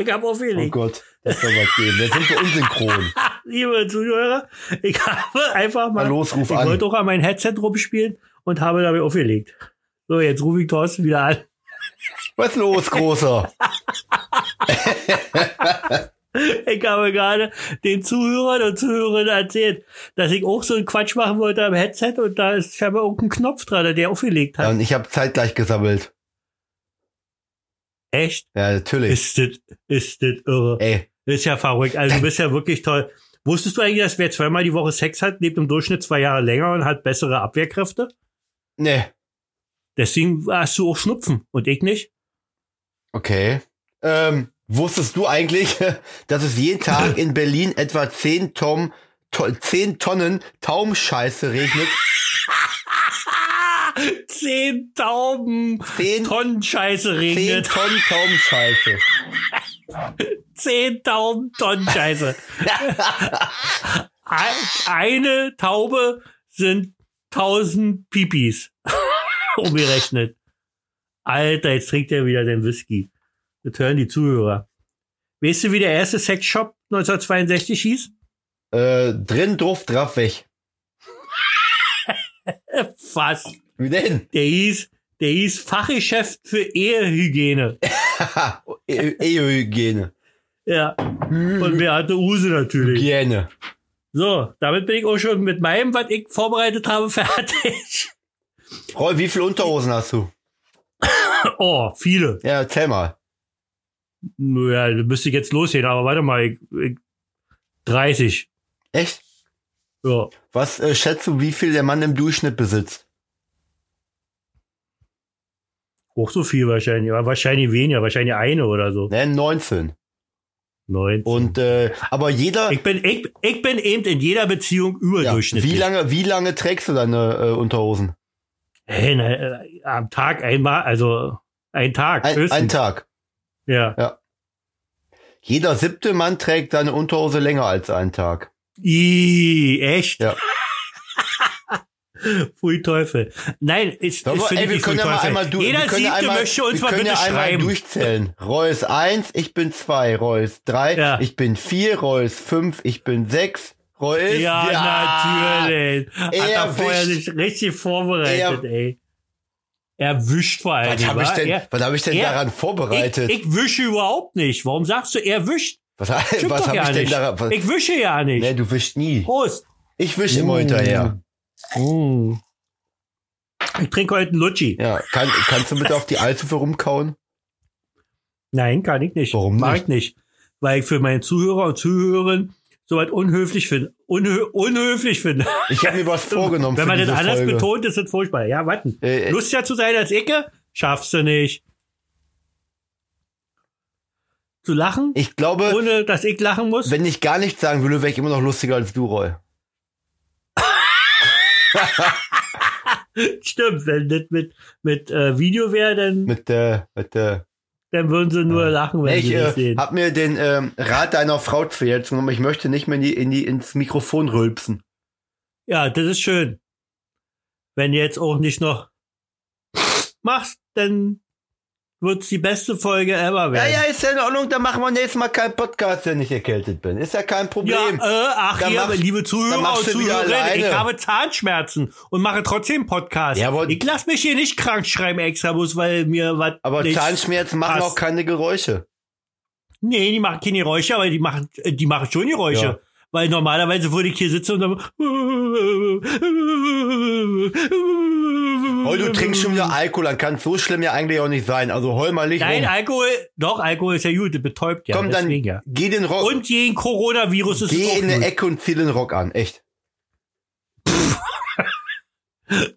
Speaker 1: ich habe
Speaker 2: Oh
Speaker 1: aufgelegt.
Speaker 2: Gott, das soll was geben. Jetzt sind wir unsynchron.
Speaker 1: Liebe Zuhörer, ich habe einfach mal.
Speaker 2: Na los, ruf
Speaker 1: ich
Speaker 2: an.
Speaker 1: wollte auch an mein Headset rumspielen und habe dabei aufgelegt. So, jetzt rufe ich Thorsten wieder an.
Speaker 2: Was ist los, Großer?
Speaker 1: Ich habe gerade den Zuhörern und Zuhörerinnen erzählt, dass ich auch so einen Quatsch machen wollte am Headset und da ist scheinbar irgendein Knopf dran, der aufgelegt
Speaker 2: Ja,
Speaker 1: hat.
Speaker 2: und ich habe zeitgleich gesammelt.
Speaker 1: Echt?
Speaker 2: Ja, natürlich.
Speaker 1: Ist das, ist das irre.
Speaker 2: Ey,
Speaker 1: Das ist ja verrückt. Also du bist ja wirklich toll. Wusstest du eigentlich, dass wer zweimal die Woche Sex hat, lebt im Durchschnitt zwei Jahre länger und hat bessere Abwehrkräfte?
Speaker 2: ne,
Speaker 1: Deswegen hast du auch Schnupfen und ich nicht.
Speaker 2: okay. Ähm, wusstest du eigentlich, dass es jeden Tag in Berlin etwa 10 Tom, to, 10 Tonnen Taumscheiße regnet?
Speaker 1: Zehn Tauben,
Speaker 2: 10,
Speaker 1: Tonnen Scheiße
Speaker 2: 10
Speaker 1: regnet.
Speaker 2: Tonnen Taumscheiße.
Speaker 1: Zehn Tauben, Tonnen Scheiße. Ein- Eine Taube sind tausend Pipis. Umgerechnet. Alter, jetzt trinkt er wieder den Whisky. Das hören die Zuhörer. Weißt du, wie der erste Sexshop 1962 hieß?
Speaker 2: Äh, drin, drauf, drauf, weg.
Speaker 1: Äh, Fast.
Speaker 2: Wie denn?
Speaker 1: Der hieß, der hieß Fachgeschäft für Ehehygiene.
Speaker 2: E, Haha, E- Ehehygiene.
Speaker 1: Ja. Und wer hatte Use natürlich.
Speaker 2: Hygiene.
Speaker 1: So, damit bin ich auch schon mit meinem, was ich vorbereitet habe, fertig.
Speaker 2: Roy, wie viele Unterhosen hast du?
Speaker 1: Oh, viele.
Speaker 2: Ja, erzähl mal.
Speaker 1: Naja, da müsste ich jetzt losgehen, aber warte mal. Ich, ich, 30.
Speaker 2: Echt?
Speaker 1: Ja.
Speaker 2: Was äh, schätzt du, wie viel der Mann im Durchschnitt besitzt?
Speaker 1: Auch so viel wahrscheinlich. Aber wahrscheinlich weniger, wahrscheinlich eine oder so.
Speaker 2: Ne, 19.
Speaker 1: Neun.
Speaker 2: Und äh, aber jeder.
Speaker 1: Ich bin, ich, ich bin eben in jeder Beziehung
Speaker 2: ja,
Speaker 1: überdurchschnittlich.
Speaker 2: wie lange, wie lange trägst du deine äh, Unterhosen?
Speaker 1: Hey, na, äh, am Tag einmal, also ein Tag.
Speaker 2: Ein,
Speaker 1: höchstens.
Speaker 2: ein Tag.
Speaker 1: Ja.
Speaker 2: Jeder siebte Mann trägt seine Unterhose länger als einen Tag.
Speaker 1: Ih, echt?
Speaker 2: Ja.
Speaker 1: Pfui Teufel. Nein, ich,
Speaker 2: Sollen
Speaker 1: ich
Speaker 2: wir-
Speaker 1: finde
Speaker 2: ey, wir
Speaker 1: nicht
Speaker 2: können ja
Speaker 1: Pfui
Speaker 2: mal
Speaker 1: Teufel.
Speaker 2: einmal durch.
Speaker 1: Jeder
Speaker 2: wir können
Speaker 1: Siebte
Speaker 2: ja einmal,
Speaker 1: möchte uns
Speaker 2: wir
Speaker 1: mal
Speaker 2: können
Speaker 1: bitte
Speaker 2: ja einmal
Speaker 1: schreiben.
Speaker 2: durchzählen. Roy ist 1, ich bin 2, Roy ist 3,
Speaker 1: Ja.
Speaker 2: ich bin 4, Roy ist 5, ich bin 6, Roy ist
Speaker 1: ja,
Speaker 2: Ah,
Speaker 1: natürlich. Hat er
Speaker 2: Erwischt.
Speaker 1: vorher sich richtig vorbereitet, ey. Er wischt vor allem.
Speaker 2: Was habe ich
Speaker 1: wa?
Speaker 2: denn,
Speaker 1: Er,
Speaker 2: was hab ich denn
Speaker 1: er-
Speaker 2: daran vorbereitet?
Speaker 1: Ich, ich wische überhaupt nicht. Warum sagst du, er wischt?
Speaker 2: was
Speaker 1: Stimmt
Speaker 2: was
Speaker 1: doch
Speaker 2: habe
Speaker 1: ja
Speaker 2: ich denn
Speaker 1: nicht.
Speaker 2: daran? Was, Ne.
Speaker 1: Ich Oh. wische ja nicht.
Speaker 2: nee, du wischst nie.
Speaker 1: Prost.
Speaker 2: Ich wische immer hinterher.
Speaker 1: Mm. Ich trinke heute einen Lutschi.
Speaker 2: Ja, kann, kannst du bitte auf die Allzufe rumkauen?
Speaker 1: Nein, kann ich nicht.
Speaker 2: Warum
Speaker 1: Mag
Speaker 2: nicht?
Speaker 1: ich nicht. Weil ich für meine Zuhörer und Zuhörerinnen soweit unhöflich finde. Unhö unhöflich finde.
Speaker 2: Ich habe mir was vorgenommen
Speaker 1: Wenn
Speaker 2: für
Speaker 1: man das
Speaker 2: diese
Speaker 1: anders
Speaker 2: Folge.
Speaker 1: betont, ist das furchtbar. Ja, warten.
Speaker 2: Äh, äh,
Speaker 1: Lustiger zu sein als Ecke, schaffst du nicht. Zu lachen,
Speaker 2: ich glaube,
Speaker 1: ohne dass ich lachen muss.
Speaker 2: wenn ich gar nichts sagen würde, wäre ich immer noch lustiger als du, Roy.
Speaker 1: Stimmt, wenn das mit, mit äh, Video wäre, dann,
Speaker 2: Mit der, mit der
Speaker 1: dann würden sie nur lachen, wenn
Speaker 2: ich
Speaker 1: sie das
Speaker 2: äh,
Speaker 1: sehen.
Speaker 2: habe mir den ähm, Rat deiner Frau zu jetzt genommen. Ich möchte nicht mehr in die, in die, ins Mikrofon rülpsen.
Speaker 1: Ja, das ist schön. Wenn du jetzt auch nicht noch machst, dann wird's die beste Folge ever
Speaker 2: Ja,
Speaker 1: werden.
Speaker 2: ja, ist ja in Ordnung. Dann machen wir nächstes Mal keinen Podcast, wenn ich erkältet bin. Ist ja kein
Speaker 1: Ja,
Speaker 2: Problem.
Speaker 1: äh, ach
Speaker 2: Dann
Speaker 1: hier,
Speaker 2: machst-
Speaker 1: liebe
Speaker 2: dann
Speaker 1: Zuhörer
Speaker 2: machst
Speaker 1: und
Speaker 2: du wieder
Speaker 1: Zuhörerinnen, ich
Speaker 2: alleine.
Speaker 1: habe Zahnschmerzen und mache trotzdem Podcast.
Speaker 2: Ja, aber-
Speaker 1: ich lass mich hier nicht krank schreiben extra bloß, weil mir was
Speaker 2: aber
Speaker 1: nicht
Speaker 2: Zahnschmerzen machen
Speaker 1: passt.
Speaker 2: auch keine Geräusche.
Speaker 1: Nee, die machen keine Geräusche, aber die machen äh, die machen schon Geräusche.
Speaker 2: Ja.
Speaker 1: Weil normalerweise würde ich hier sitzen und dann Oh,
Speaker 2: Heul, du trinkst schon wieder Alkohol, dann kann so schlimm ja eigentlich auch nicht sein. Also heul mal nicht
Speaker 1: Nein,
Speaker 2: rum.
Speaker 1: Alkohol, doch, Alkohol ist ja gut, das betäubt ja.
Speaker 2: Komm, dann
Speaker 1: deswegen ja.
Speaker 2: geh den Rock,
Speaker 1: Und gegen Coronavirus ist es
Speaker 2: geh
Speaker 1: auch
Speaker 2: in eine
Speaker 1: gut.
Speaker 2: Ecke und zieh den Rock an. Echt.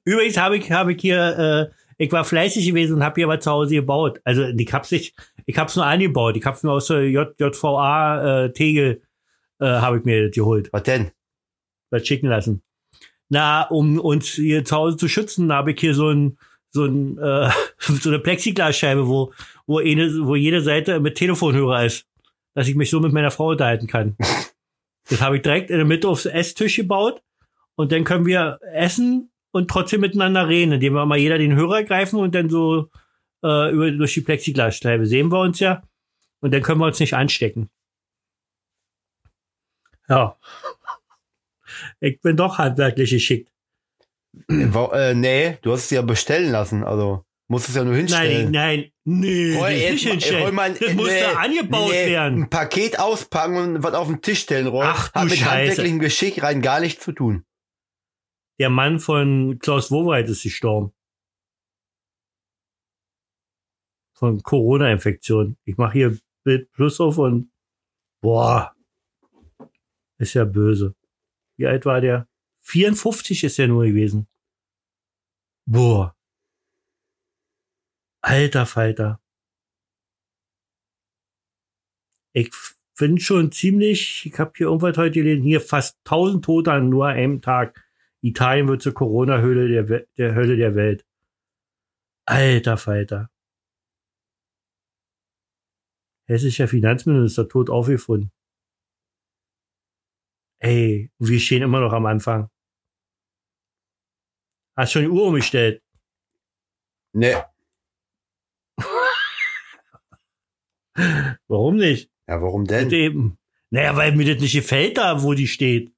Speaker 1: Übrigens habe ich, habe ich hier, äh, ich war fleißig gewesen und habe hier was zu Hause gebaut. Also ich hab's nicht, ich hab's nur angebaut. Ich hab's nur aus der J, JVA äh, Tegel äh, habe ich mir das geholt,
Speaker 2: Was denn?
Speaker 1: was schicken lassen. Na, um uns hier zu Hause zu schützen, habe ich hier so ein so ein äh, so eine Plexiglasscheibe, wo wo eine, wo jede Seite mit Telefonhörer ist, dass ich mich so mit meiner Frau unterhalten kann. das habe ich direkt in der Mitte aufs Esstisch gebaut und dann können wir essen und trotzdem miteinander reden, indem wir mal jeder den Hörer greifen und dann so äh, über durch die Plexiglasscheibe sehen wir uns ja und dann können wir uns nicht anstecken. Ja. Ich bin doch handwerklich geschickt.
Speaker 2: Äh, wa- äh, nee, du hast es ja bestellen lassen. Also musst es ja nur hinstellen.
Speaker 1: Nein, nein, nee,
Speaker 2: Roll
Speaker 1: das, ist
Speaker 2: jetzt
Speaker 1: nicht
Speaker 2: mal-
Speaker 1: hinstellen.
Speaker 2: roll mal-
Speaker 1: das muss
Speaker 2: nee,
Speaker 1: da angebaut
Speaker 2: nee,
Speaker 1: werden.
Speaker 2: Ein Paket auspacken und was auf den Tisch stellen, Roy.
Speaker 1: Ach, du
Speaker 2: Hat mit
Speaker 1: Scheiße.
Speaker 2: handwerklichem Geschick rein gar nichts zu tun.
Speaker 1: Der Mann von Klaus Wowereit ist gestorben. Von Corona-Infektion. Ich mache hier Bild Plus auf und boah, ist ja böse. Wie alt war der? 54 ist er nur gewesen. Boah. Alter Falter. Ich bin schon ziemlich, ich habe hier irgendwas heute gelesen, hier fast 1000 Tote an nur einem Tag. Italien wird zur Corona-Höhle der, We- der Hölle der Welt. Alter Falter. Hessischer Finanzminister tot aufgefunden. Ey, wir stehen immer noch am Anfang. Hast schon die Uhr umgestellt?
Speaker 2: Nee.
Speaker 1: Warum nicht?
Speaker 2: Ja, warum
Speaker 1: Und
Speaker 2: denn?
Speaker 1: eben. Naja, weil mir das nicht gefällt da, wo die steht.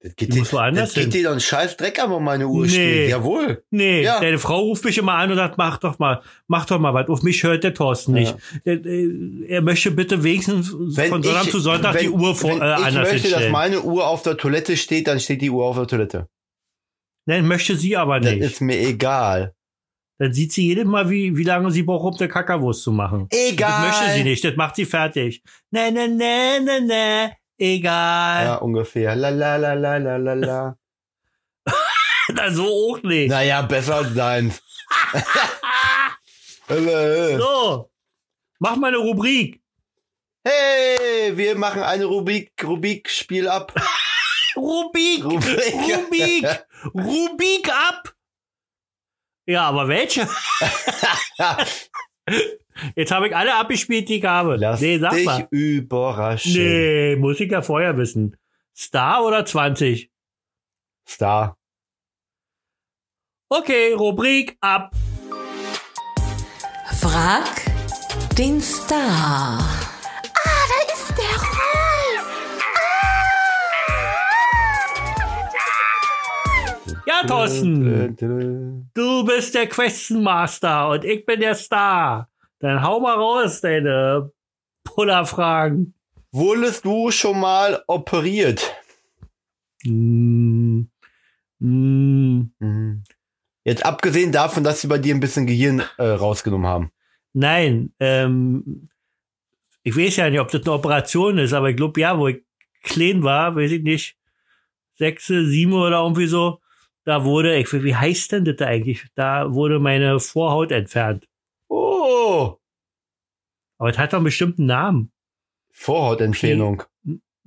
Speaker 2: Das geht,
Speaker 1: Die
Speaker 2: dir,
Speaker 1: muss woanders
Speaker 2: das geht
Speaker 1: hin.
Speaker 2: dir doch einen scheiß Dreck an, wo meine Uhr
Speaker 1: Nee.
Speaker 2: steht. Jawohl.
Speaker 1: Nee,
Speaker 2: Ja.
Speaker 1: deine Frau ruft mich immer an und sagt, mach doch mal, mach doch mal was. Auf mich hört der Thorsten nicht. Er, äh, er möchte bitte wenigstens von Sonntag zu Sonntag
Speaker 2: wenn-
Speaker 1: die Uhr vor,
Speaker 2: wenn
Speaker 1: äh,
Speaker 2: Ich
Speaker 1: anders
Speaker 2: möchte, dass
Speaker 1: hinstellen.
Speaker 2: meine Uhr auf der Toilette steht, dann steht die Uhr auf der Toilette.
Speaker 1: Nein, möchte sie aber
Speaker 2: Das
Speaker 1: nicht.
Speaker 2: ist mir egal.
Speaker 1: Dann sieht sie jedes Mal, wie, wie lange sie braucht, um eine Kackerwurst zu machen.
Speaker 2: Egal.
Speaker 1: Das möchte sie nicht, das macht sie fertig. Ne, ne, ne, ne, ne, egal.
Speaker 2: Ja, ungefähr. La la la la la la la.
Speaker 1: Also auch nicht.
Speaker 2: naja, besser als deins.
Speaker 1: Also, äh.
Speaker 2: hey,
Speaker 1: So, mach mal eine Rubrik.
Speaker 2: wir machen eine Rubik, Rubik, Spiel ab.
Speaker 1: Rubik,
Speaker 2: Rubrik.
Speaker 1: Rubik, Rubik ab. Ja, aber welche? Jetzt habe ich alle abgespielt, die ich habe.
Speaker 2: Lass
Speaker 1: nee, sag
Speaker 2: dich
Speaker 1: mal.
Speaker 2: überraschen.
Speaker 1: Nee, muss ich ja vorher wissen. Star oder 20?
Speaker 2: Star.
Speaker 1: Okay, Rubrik ab.
Speaker 3: Frag den Star. Ah, da ist der
Speaker 1: Ja, Thorsten, du bist der Question Master und ich bin der Star. Dann hau mal raus, deine Pullerfragen.
Speaker 2: Wurdest du schon mal operiert?
Speaker 1: Hm. Hm.
Speaker 2: Jetzt abgesehen davon, dass sie bei dir ein bisschen Gehirn äh, rausgenommen haben.
Speaker 1: Nein, ähm, ich weiß ja nicht, ob das eine Operation ist, aber ich glaube, ja, wo ich klein war, weiß ich nicht, sechs, sieben oder irgendwie so, da wurde, ich, wie heißt denn das da eigentlich? Da wurde meine Vorhaut entfernt.
Speaker 2: Oh,
Speaker 1: Aber es hat doch einen bestimmten Namen.
Speaker 2: Vorhautentfernung.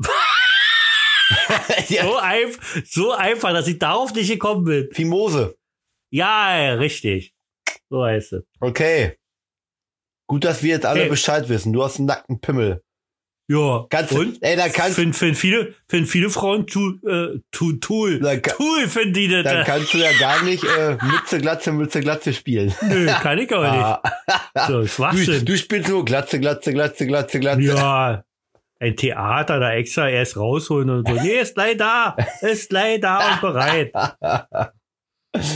Speaker 2: ja,
Speaker 1: So, einf so einfach, dass ich darauf nicht gekommen bin.
Speaker 2: Fimose.
Speaker 1: Ja, richtig. So heißt es.
Speaker 2: Okay. Gut, dass wir jetzt alle
Speaker 1: Okay.
Speaker 2: Bescheid wissen. Du hast einen nackten Pimmel.
Speaker 1: Ja.
Speaker 2: Kannst,
Speaker 1: und?
Speaker 2: Ey, da kannst,
Speaker 1: Finden find viele, find viele Frauen tu, äh, tu, Tool.
Speaker 2: Dann kann-
Speaker 1: Tool finden die das.
Speaker 2: dann kannst du ja gar nicht äh, Mütze, Glatze, Mütze, Glatze spielen.
Speaker 1: Nö, kann ich aber nicht.
Speaker 2: Ah,
Speaker 1: So,
Speaker 2: du,
Speaker 1: Schwachsinn.
Speaker 2: du spielst nur Glatze, Glatze, Glatze, Glatze, Glatze.
Speaker 1: Ja, ein Theater da extra erst rausholen und so. Nee, ist gleich da. Ist gleich da und bereit.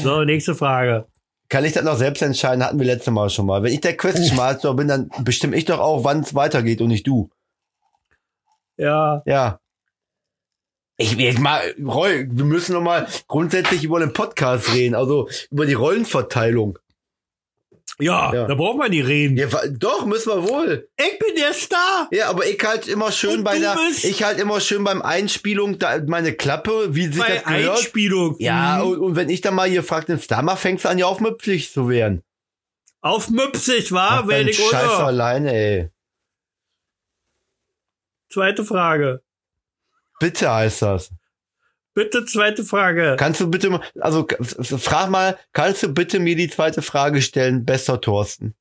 Speaker 1: So, nächste Frage.
Speaker 2: Kann ich das noch selbst entscheiden? Hatten wir letztes Mal schon mal. Wenn ich der Quest-Master bin, dann bestimme ich doch auch, wann es weitergeht und nicht du.
Speaker 1: Ja.
Speaker 2: Ja. Ich, ich mal, Roy, wir müssen noch mal grundsätzlich über den Podcast reden, also über die Rollenverteilung.
Speaker 1: ja.
Speaker 2: Ja.
Speaker 1: da braucht man nicht reden.
Speaker 2: Ja, wa- doch, müssen wir wohl.
Speaker 1: Ich bin der Star.
Speaker 2: Ja, aber ich halt immer schön
Speaker 1: Und
Speaker 2: bei
Speaker 1: du
Speaker 2: der,
Speaker 1: bist-
Speaker 2: ich halt immer schön beim Einspielung da meine Klappe, wie sich das
Speaker 1: Bei
Speaker 2: gehört.
Speaker 1: Einspielung.
Speaker 2: ja,
Speaker 1: Mhm.
Speaker 2: und, und wenn ich dann mal hier frag, den Star mal fängst du an, ja auf mit Pflicht zu werden.
Speaker 1: Auf Müpsig, war,
Speaker 2: Mach
Speaker 1: wenn
Speaker 2: deinen
Speaker 1: Ah, ich
Speaker 2: Scheiß
Speaker 1: oder.
Speaker 2: alleine, ey.
Speaker 1: Zweite Frage.
Speaker 2: Bitte heißt das.
Speaker 1: Bitte zweite Frage.
Speaker 2: Kannst du bitte, mal- also k- f- f- frag mal, kannst du bitte mir die zweite Frage stellen, bester Thorsten?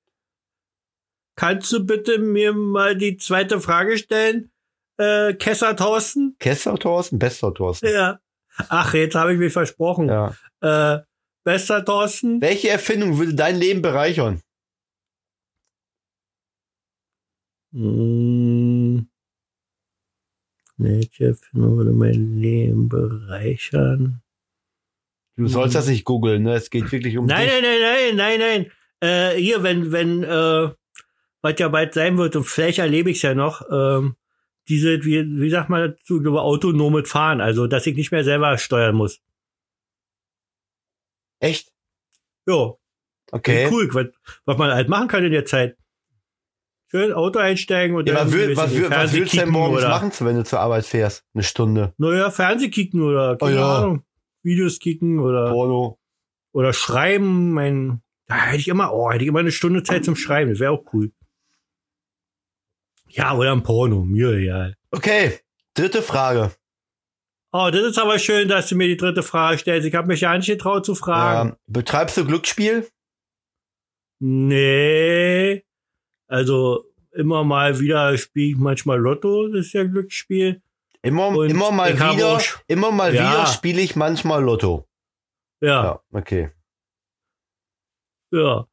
Speaker 1: Kannst du bitte mir mal die zweite Frage stellen? Äh, Kessa Thorsten?
Speaker 2: Kester Thorsten, bester Thorsten.
Speaker 1: Ja. Ach, jetzt habe ich mich versprochen.
Speaker 2: Ja.
Speaker 1: Äh, bester Thorsten?
Speaker 2: Welche Erfindung würde dein Leben bereichern?
Speaker 1: Hm. Welche Erfindung würde mein Leben bereichern?
Speaker 2: Du sollst
Speaker 1: Mhm.
Speaker 2: das nicht googeln, ne? Es geht wirklich um
Speaker 1: Nein,
Speaker 2: dich.
Speaker 1: nein, nein, nein, nein, nein. Äh, hier, wenn, wenn, äh, was ja bald sein wird, und vielleicht erlebe ich es ja noch, ähm, diese, wie, wie sagt man dazu, ich glaube, autonome Fahren, also dass ich nicht mehr selber steuern muss.
Speaker 2: Echt?
Speaker 1: Jo,
Speaker 2: Okay.
Speaker 1: cool, was, was man halt machen kann in der Zeit. Schön Auto einsteigen und
Speaker 2: Ja,
Speaker 1: dann
Speaker 2: was,
Speaker 1: ein
Speaker 2: wür,
Speaker 1: bisschen
Speaker 2: was, wür, was
Speaker 1: Fernseh
Speaker 2: willst du denn
Speaker 1: kicken
Speaker 2: morgens
Speaker 1: oder-
Speaker 2: machen, wenn du zur Arbeit fährst? Eine Stunde.
Speaker 1: Naja, Fernseh kicken oder keine
Speaker 2: Oh ja.
Speaker 1: Ahnung, Videos kicken oder
Speaker 2: Porno.
Speaker 1: oder schreiben, mein, da hätte ich immer, oh, hätte ich immer eine Stunde Zeit zum Schreiben, das wäre auch cool. Ja, oder ein Porno, mir egal.
Speaker 2: Okay. Dritte Frage.
Speaker 1: Oh, das ist aber schön, dass du mir die dritte Frage stellst. Ich habe mich ja nicht getraut zu fragen.
Speaker 2: Ähm, betreibst du Glücksspiel?
Speaker 1: Nee. Also immer mal wieder spiele ich manchmal Lotto, das ist ja Glücksspiel.
Speaker 2: Immer,
Speaker 1: Und
Speaker 2: immer mal
Speaker 1: ich habe
Speaker 2: wieder,
Speaker 1: auch sch-
Speaker 2: immer mal
Speaker 1: Ja.
Speaker 2: wieder spiele ich manchmal Lotto.
Speaker 1: Ja,
Speaker 2: Ja, okay.
Speaker 1: ja.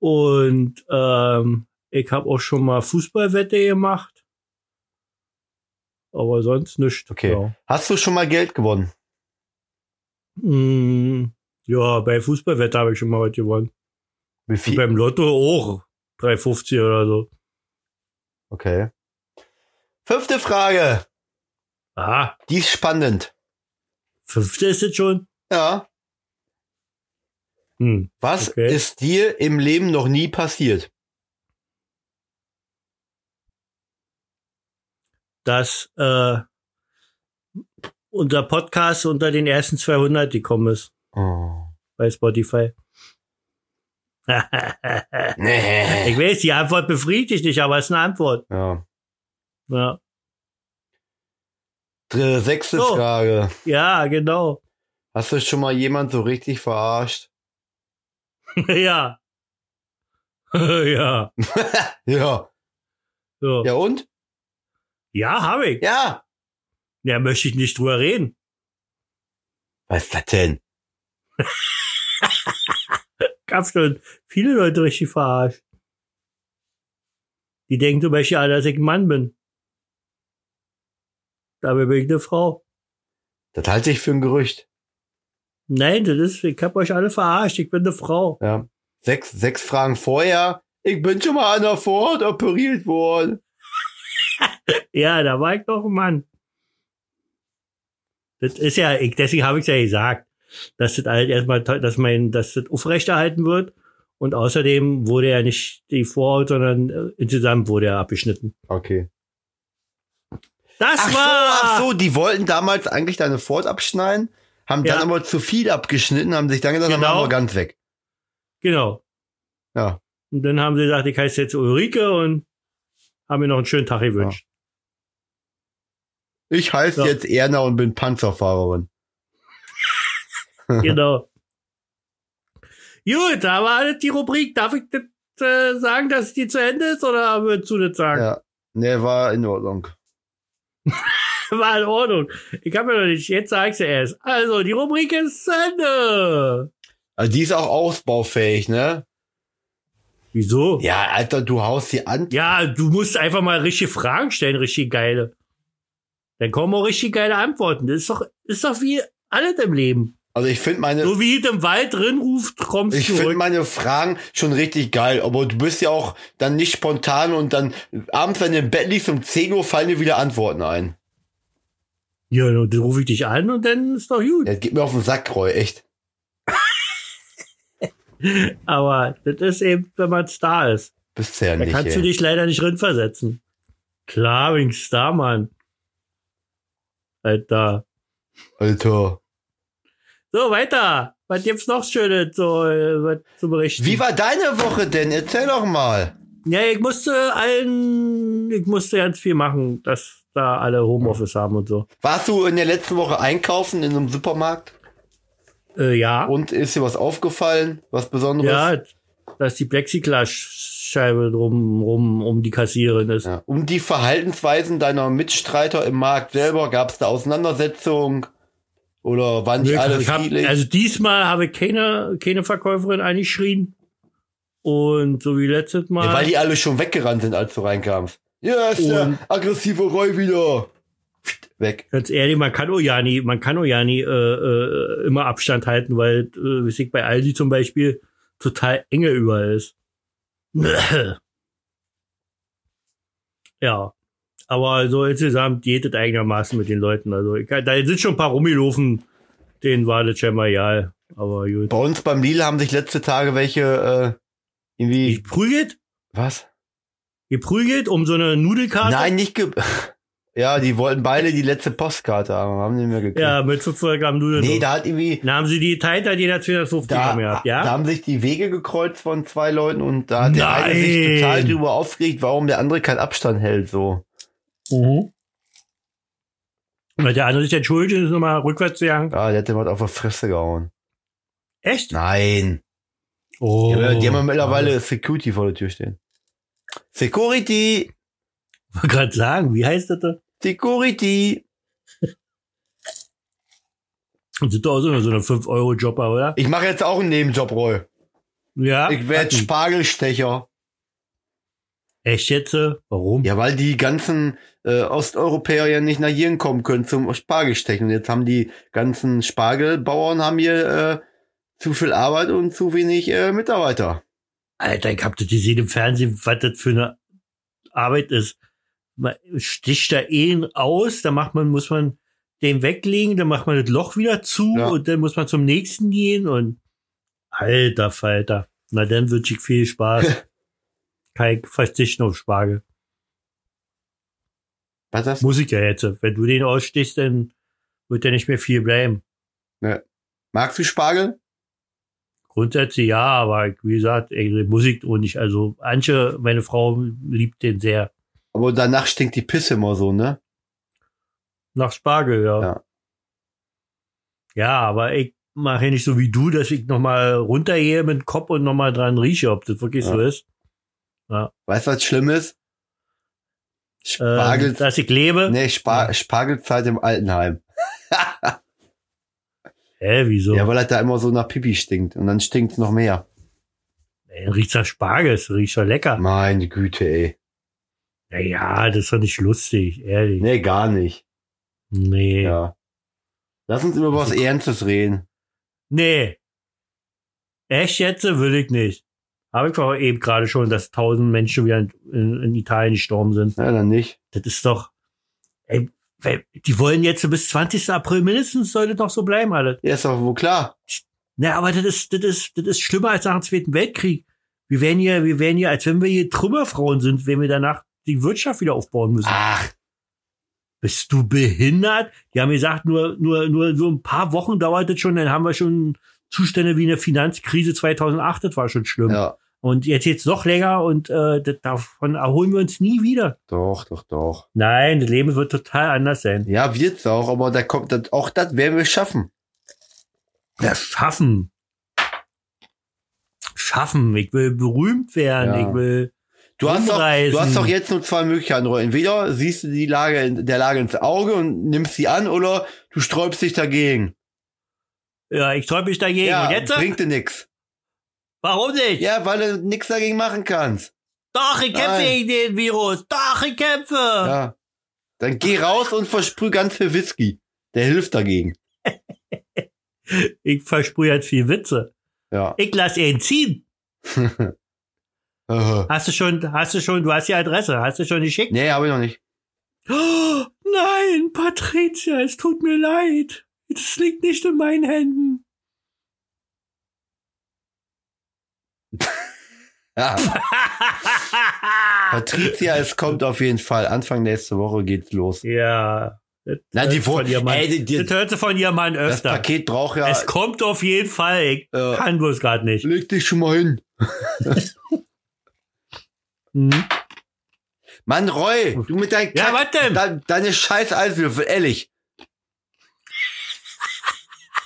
Speaker 1: Und ähm, ich habe auch schon mal Fußballwette gemacht. Aber sonst nichts.
Speaker 2: Okay.
Speaker 1: Ja.
Speaker 2: Hast du schon mal Geld gewonnen?
Speaker 1: Mm, ja, bei Fußballwetter habe ich schon mal was gewonnen.
Speaker 2: Wie
Speaker 1: Und
Speaker 2: viel?
Speaker 1: beim Lotto auch 3,50 oder so.
Speaker 2: Okay. Fünfte Frage.
Speaker 1: Aha,
Speaker 2: Die ist spannend.
Speaker 1: fünfte ist es schon.
Speaker 2: Ja.
Speaker 1: Hm.
Speaker 2: Was
Speaker 1: Okay.
Speaker 2: ist dir im Leben noch nie passiert?
Speaker 1: Dass äh, unser Podcast unter den ersten 200 gekommen ist
Speaker 2: Oh.
Speaker 1: bei Spotify.
Speaker 2: Nee.
Speaker 1: Ich weiß, die Antwort befriedigt dich, aber es ist eine Antwort.
Speaker 2: Ja.
Speaker 1: Ja,
Speaker 2: Dr- Sechste
Speaker 1: So.
Speaker 2: Frage.
Speaker 1: ja genau.
Speaker 2: Hast du schon mal jemand so richtig verarscht?
Speaker 1: ja. ja.
Speaker 2: Ja.
Speaker 1: So. Ja,
Speaker 2: Ja und?
Speaker 1: habe ich.
Speaker 2: Ja.
Speaker 1: Ja, möchte ich nicht drüber reden.
Speaker 2: Was ist das denn?
Speaker 1: Gab schon viele Leute richtig verarscht. Die denken zum Beispiel, alle, dass ich ein Mann bin. Dabei bin ich eine Frau.
Speaker 2: Das halte ich für ein Gerücht.
Speaker 1: Nein, das ist, ich hab euch alle verarscht, ich bin eine Frau.
Speaker 2: Ja. Sechs, sechs Fragen vorher. Ich bin schon mal an der Ford operiert worden.
Speaker 1: Ja, da war ich doch ein Mann. Das ist ja, ich, deswegen habe ich ja gesagt, dass das halt erstmal, to- dass mein, dass das aufrechterhalten wird. Und außerdem wurde ja nicht die Vorhaut, sondern äh, insgesamt wurde er abgeschnitten.
Speaker 2: Okay.
Speaker 1: Das
Speaker 2: Ach so,
Speaker 1: war!
Speaker 2: ach so, die wollten damals eigentlich deine Ford abschneiden, haben
Speaker 1: Ja.
Speaker 2: dann aber zu viel abgeschnitten, haben sich dann gedacht, dann
Speaker 1: Genau.
Speaker 2: machen wir ganz weg.
Speaker 1: Genau.
Speaker 2: Ja.
Speaker 1: Und dann haben sie gesagt, ich heiße jetzt Ulrike und haben mir noch einen schönen Tag gewünscht.
Speaker 2: Ich heiße
Speaker 1: Ja.
Speaker 2: jetzt Erna und bin Panzerfahrerin.
Speaker 1: Genau. Gut, da war das die Rubrik. Darf ich das äh, sagen, dass die zu Ende ist oder würdest du das sagen?
Speaker 2: Ja. Ne, war in Ordnung.
Speaker 1: War in Ordnung. Ich habe ja noch nicht, jetzt sage ich ja erst. Also, die Rubrik ist zu Ende.
Speaker 2: Also die ist auch ausbaufähig, ne?
Speaker 1: Wieso? Ja.
Speaker 2: Ja, Alter, du haust die an.
Speaker 1: du musst einfach mal richtige Fragen stellen, richtig geile. Dann kommen auch richtig geile Antworten. Das ist doch, ist doch wie alles im Leben.
Speaker 2: Also ich finde meine,
Speaker 1: So wie es im Wald drin ruft, kommst
Speaker 2: ich
Speaker 1: du
Speaker 2: finde
Speaker 1: zurück.
Speaker 2: meine Fragen schon richtig geil, aber du bist ja auch dann nicht spontan und dann abends, wenn du im Bett liegst um 10 Uhr, fallen dir wieder Antworten ein.
Speaker 1: Ja, dann rufe ich dich an und dann ist doch gut.
Speaker 2: Das geht mir auf den Sack, Roy, echt.
Speaker 1: Aber das ist eben, wenn man Star ist.
Speaker 2: Bist du ja
Speaker 1: Da
Speaker 2: nicht.
Speaker 1: kannst du
Speaker 2: ey.
Speaker 1: dich leider nicht drin versetzen. Klar, wegen Star, Mann. Alter.
Speaker 2: Alter.
Speaker 1: So, weiter. Was gibt's noch Schönes so, äh, was zu berichten?
Speaker 2: Wie war deine Woche denn? Erzähl doch mal.
Speaker 1: ja, ich musste allen, ich musste ganz viel machen, dass da alle Homeoffice haben und so.
Speaker 2: Warst du in der letzten Woche einkaufen in einem Supermarkt
Speaker 1: Äh, ja.
Speaker 2: und ist dir was aufgefallen? Was Besonderes?
Speaker 1: ja, dass die Plexiglasscheibe drum, rum, um die Kassierin ist.
Speaker 2: Ja. Um die Verhaltensweisen deiner Mitstreiter im Markt selber gab es da Auseinandersetzungen oder waren die
Speaker 1: Nee,
Speaker 2: alle
Speaker 1: ich hab,
Speaker 2: friedlich?
Speaker 1: also diesmal habe ich keine, keine Verkäuferin angeschrien. Und so wie letztes Mal.
Speaker 2: ja, weil die alle schon weggerannt sind, als du reinkamst. Ja, ist der
Speaker 1: Und-
Speaker 2: aggressive Roy wieder. Pft, Weg.
Speaker 1: ganz ehrlich, man kann Ojani, man kann Ojani äh, äh, immer Abstand halten, weil äh, weiß ich, bei Aldi zum Beispiel total enge überall ist. ja. Aber so insgesamt geht es eigenermaßen mit den Leuten. Also ich, da sind schon ein paar rumgelaufen, denen war das scheinbar egal. Aber gut.
Speaker 2: Bei uns beim Lidl haben sich letzte Tage welche äh, irgendwie.
Speaker 1: Ich prügelt,
Speaker 2: was?
Speaker 1: geprügelt um so eine Nudelkarte.
Speaker 2: Nein, nicht ge. ja, die wollten beide die letzte Postkarte haben, haben die mir gekriegt.
Speaker 1: Ja, mit 500 Gramm Nudeln.
Speaker 2: Nee,
Speaker 1: drauf.
Speaker 2: da hat irgendwie,
Speaker 1: dann haben sie die geteilt, hat jeder 250
Speaker 2: da,
Speaker 1: Gramm gehabt,
Speaker 2: da
Speaker 1: ja?
Speaker 2: haben sich die Wege gekreuzt von zwei Leuten und da hat der eine sich
Speaker 1: Nein.
Speaker 2: total drüber aufgeregt, warum der andere keinen Abstand hält, so.
Speaker 1: Mhm. Weil der andere sich entschuldigt und ist nochmal rückwärts gegangen.
Speaker 2: Ja, der hat dem halt auf der Fresse gehauen.
Speaker 1: Echt?
Speaker 2: Nein.
Speaker 1: Oh.
Speaker 2: Die haben ja- die haben ja mittlerweile Security vor der Tür stehen. Security!
Speaker 1: Ich wollte gerade sagen, wie heißt das da?
Speaker 2: Security!
Speaker 1: Das sind doch auch so eine, so eine 5-Euro-Jobber, oder?
Speaker 2: Ich mache jetzt auch einen Nebenjob, Roy.
Speaker 1: Ja.
Speaker 2: Ich werde
Speaker 1: hatten.
Speaker 2: Spargelstecher.
Speaker 1: Echt jetzt? äh, Warum?
Speaker 2: Ja, weil die ganzen äh, Osteuropäer ja nicht nach hier kommen können zum Spargel stechen. Und jetzt haben die ganzen Spargelbauern haben hier äh, zu viel Arbeit und zu wenig äh, Mitarbeiter.
Speaker 1: Alter, ich hab das gesehen im Fernsehen, was das für eine Arbeit ist. Man sticht da eh aus, dann macht man, muss man den weglegen, dann macht man das Loch wieder zu
Speaker 2: Ja.
Speaker 1: und dann muss man zum nächsten gehen und alter Falter. Na dann wünsche ich viel Spaß. Kein Verzichten auf Spargel.
Speaker 2: Was das?
Speaker 1: Muss ich ja jetzt. Wenn du den ausstichst, dann wird ja nicht mehr viel bleiben.
Speaker 2: Magst du Spargel?
Speaker 1: Grundsätzlich ja, aber ich- wie gesagt, ey, Musik und nicht. Also Anche, meine Frau, liebt den sehr.
Speaker 2: Aber danach stinkt die Pisse immer so, ne?
Speaker 1: Nach Spargel, ja.
Speaker 2: Ja.
Speaker 1: Ja, aber ich mache ja nicht so wie du, dass ich nochmal runtergehe mit dem Kopf und nochmal dran rieche, ob das wirklich
Speaker 2: Ja.
Speaker 1: so ist.
Speaker 2: Weißt du, was schlimm ist? Spargel,
Speaker 1: Ähm, dass ich lebe.
Speaker 2: nee, Spar Spargelzeit im Altenheim.
Speaker 1: Hä, wieso?
Speaker 2: Ja,
Speaker 1: Ja,
Speaker 2: weil das da immer so nach Pipi stinkt. Und dann stinkt's noch mehr.
Speaker 1: riecht nach Spargel, es riecht ja lecker.
Speaker 2: Meine Güte, ey.
Speaker 1: Naja, das ist doch nicht lustig, ehrlich. Nee.
Speaker 2: Nee, gar nicht.
Speaker 1: Nee.
Speaker 2: Ja. Lass uns über was Ernstes reden.
Speaker 1: Echt jetzt will ich nicht. Habe ich doch eben gerade schon, dass tausend Menschen wieder in, in, in Italien gestorben sind.
Speaker 2: Ja, dann nicht.
Speaker 1: Das ist doch. Ey, weil die wollen jetzt bis 20. April mindestens, sollte doch so bleiben, alle.
Speaker 2: Ja, ist doch wohl klar.
Speaker 1: Na, aber das ist, das ist, das ist schlimmer als nach dem Zweiten Weltkrieg. Wir wären hier, wir wären hier, als wenn wir hier Trümmerfrauen sind, wenn wir danach die Wirtschaft wieder aufbauen müssen.
Speaker 2: Ach,
Speaker 1: Bist du behindert? Die haben gesagt, nur, nur, nur so ein paar Wochen dauert das schon, dann haben wir schon Zustände wie eine Finanzkrise 2008, das war schon schlimm.
Speaker 2: ja.
Speaker 1: Und jetzt jetzt noch länger und äh, das, davon erholen wir uns nie wieder.
Speaker 2: Doch, doch, doch.
Speaker 1: Nein, das Leben wird total anders sein.
Speaker 2: Ja, wird's auch, aber da kommt das, auch das werden wir schaffen.
Speaker 1: Ja, schaffen. Schaffen. Ich will berühmt werden.
Speaker 2: Ja.
Speaker 1: Ich will.
Speaker 2: Du hast, doch,
Speaker 1: Umreisen.
Speaker 2: du hast doch jetzt nur zwei Möglichkeiten. Roy. Entweder siehst du die Lage in, der Lage ins Auge und nimmst sie an, oder du sträubst dich dagegen.
Speaker 1: Ja, ich träume mich dagegen.
Speaker 2: ja,
Speaker 1: Und jetzt?
Speaker 2: bringt dir nix.
Speaker 1: Warum nicht?
Speaker 2: Ja, weil du nix dagegen machen kannst.
Speaker 1: Doch, ich kämpfe
Speaker 2: Nein.
Speaker 1: gegen den Virus. Doch, ich kämpfe.
Speaker 2: Ja. Dann geh raus und versprüh ganz viel Whisky. Der hilft dagegen.
Speaker 1: Ich versprühe jetzt viel Witze.
Speaker 2: Ja.
Speaker 1: Ich lasse ihn ziehen.
Speaker 2: Äh,
Speaker 1: Hast du schon, hast du schon, du hast die Adresse. Hast du schon geschickt?
Speaker 2: nee, habe ich noch nicht.
Speaker 1: Oh, nein, Patricia, es tut mir leid. Das liegt nicht in meinen Händen.
Speaker 2: Ja. Patricia, es kommt auf jeden Fall. Anfang nächste Woche geht's los.
Speaker 1: ja.
Speaker 2: Na, die,
Speaker 1: Das hört
Speaker 2: Wo-
Speaker 1: von ihrem Mann.
Speaker 2: Ey, die, die,
Speaker 1: das hörte von ihrem Mann
Speaker 2: das
Speaker 1: öfter.
Speaker 2: Paket braucht ja.
Speaker 1: Es kommt auf jeden Fall. Ich
Speaker 2: Ja.
Speaker 1: kann bloß gerade nicht.
Speaker 2: Leg dich schon mal hin.
Speaker 1: Mhm.
Speaker 2: Mann, Roy, du mit deinen
Speaker 1: Ja,
Speaker 2: Kack-
Speaker 1: was denn?
Speaker 2: de deine scheiß Eiswürfel, ehrlich.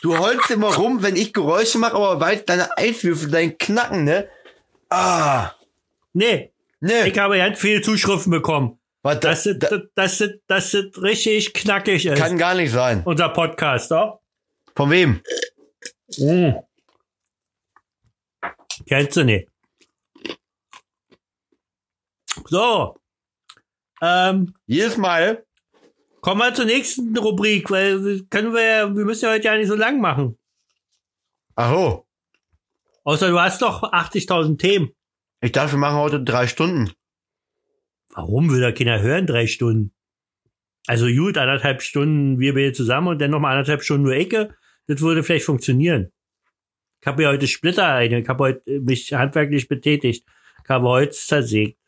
Speaker 2: Du holst immer rum, wenn ich Geräusche mache, aber weit deine Eiswürfel, dein Knacken, ne? Ah,
Speaker 1: Nee,
Speaker 2: ne.
Speaker 1: ich habe ganz viele Zuschriften bekommen,
Speaker 2: Was, das,
Speaker 1: dass es
Speaker 2: das
Speaker 1: das, das, das, es richtig knackig ist.
Speaker 2: kann gar nicht sein.
Speaker 1: Unser Podcast, doch?
Speaker 2: Von wem?
Speaker 1: Mhm. Kennst du nicht. So. Ähm,
Speaker 2: Jedes Mal.
Speaker 1: kommen wir zur nächsten Rubrik, weil wir- können wir, ja- wir müssen ja heute ja nicht so lang machen.
Speaker 2: Aho.
Speaker 1: Außer du hast doch 80.000 Themen.
Speaker 2: Ich dachte, wir machen heute drei Stunden.
Speaker 1: Warum will da keiner hören, drei Stunden? Also gut, anderthalb Stunden wir beide zusammen und dann nochmal anderthalb Stunden nur Ecke. Das würde vielleicht funktionieren. Ich habe mir heute Splitter ein, ich habe heute äh, mich handwerklich betätigt. Ich habe Holz zersägt.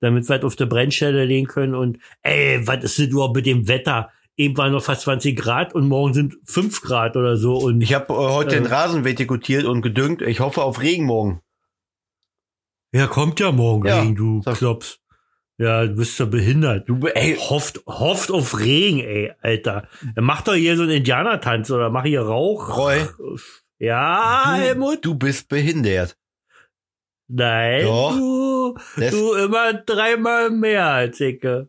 Speaker 1: Damit wir das auf der Brennstelle legen können und ey, was ist denn überhaupt mit dem Wetter? Eben waren noch fast 20 Grad und morgen sind 5 Grad oder so und
Speaker 2: Ich habe äh, heute
Speaker 1: Äh.
Speaker 2: den Rasen vetikutiert und gedüngt. Ich hoffe auf Regen morgen.
Speaker 1: ja, kommt ja morgen,
Speaker 2: Ja,
Speaker 1: Regen, du
Speaker 2: sag-
Speaker 1: Klops. Ja, du bist ja behindert.
Speaker 2: Du, be- ey,
Speaker 1: Hofft, hofft auf Regen, ey, Alter. Dann Mach doch hier so einen Indianertanz oder mach hier Rauch.
Speaker 2: Roy,
Speaker 1: Ja,
Speaker 2: du,
Speaker 1: Helmut.
Speaker 2: du bist behindert.
Speaker 1: Nein.
Speaker 2: Doch.
Speaker 1: Du,
Speaker 2: Das,
Speaker 1: du immer dreimal mehr als ich.
Speaker 2: du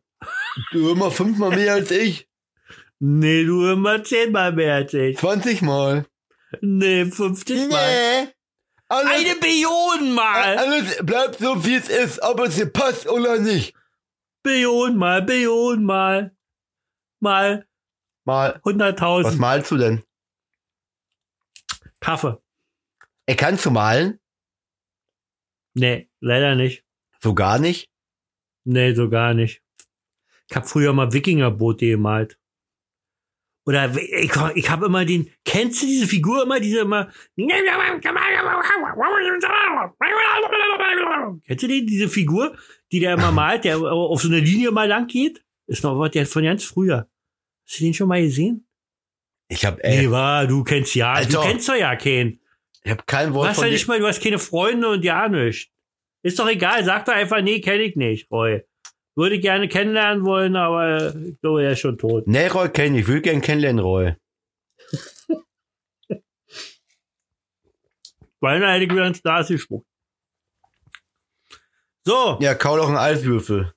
Speaker 2: immer fünfmal mehr als ich.
Speaker 1: Nee, du immer zehnmal mehr als ich.
Speaker 2: 20 Mal.
Speaker 1: Nee, 50 Mal.
Speaker 2: Alles,
Speaker 1: Eine Billion mal.
Speaker 2: alles bleibt so, wie es ist, ob es dir passt oder nicht.
Speaker 1: Billion mal, Billion mal. Mal
Speaker 2: Mal, was
Speaker 1: 100.000.
Speaker 2: malst du denn?
Speaker 1: Kaffee.
Speaker 2: Er kannst du malen?
Speaker 1: Nee, leider nicht.
Speaker 2: So gar nicht?
Speaker 1: Nee, so gar nicht. Ich habe früher mal Wikingerboote gemalt. Oder ich, ich habe immer den, kennst du diese Figur immer, diese immer, kennst du den, diese Figur, die der immer malt, der auf so eine Linie mal lang geht? Ist noch was der von ganz früher. Hast du den schon mal gesehen?
Speaker 2: Ich hab,
Speaker 1: Ey.
Speaker 2: ey,
Speaker 1: war, du kennst ja,
Speaker 2: Äh. Also.
Speaker 1: du kennst doch ja keinen.
Speaker 2: ich hab kein
Speaker 1: Du
Speaker 2: Wort
Speaker 1: hast
Speaker 2: von
Speaker 1: ja
Speaker 2: dir.
Speaker 1: halt nicht mal, du hast keine Freunde und ja nicht. Ist doch egal, sag doch einfach, nee, kenne ich nicht, Roy. Würde gerne kennenlernen wollen, aber äh, ich glaube, er ist schon tot.
Speaker 2: Nee, Roy kenn ich. Ich will gern kennenlernen, Roy.
Speaker 1: Weil er hätte ich wieder ins Glas gespuckt. So,
Speaker 2: Ja, kau doch einen Eiswürfel.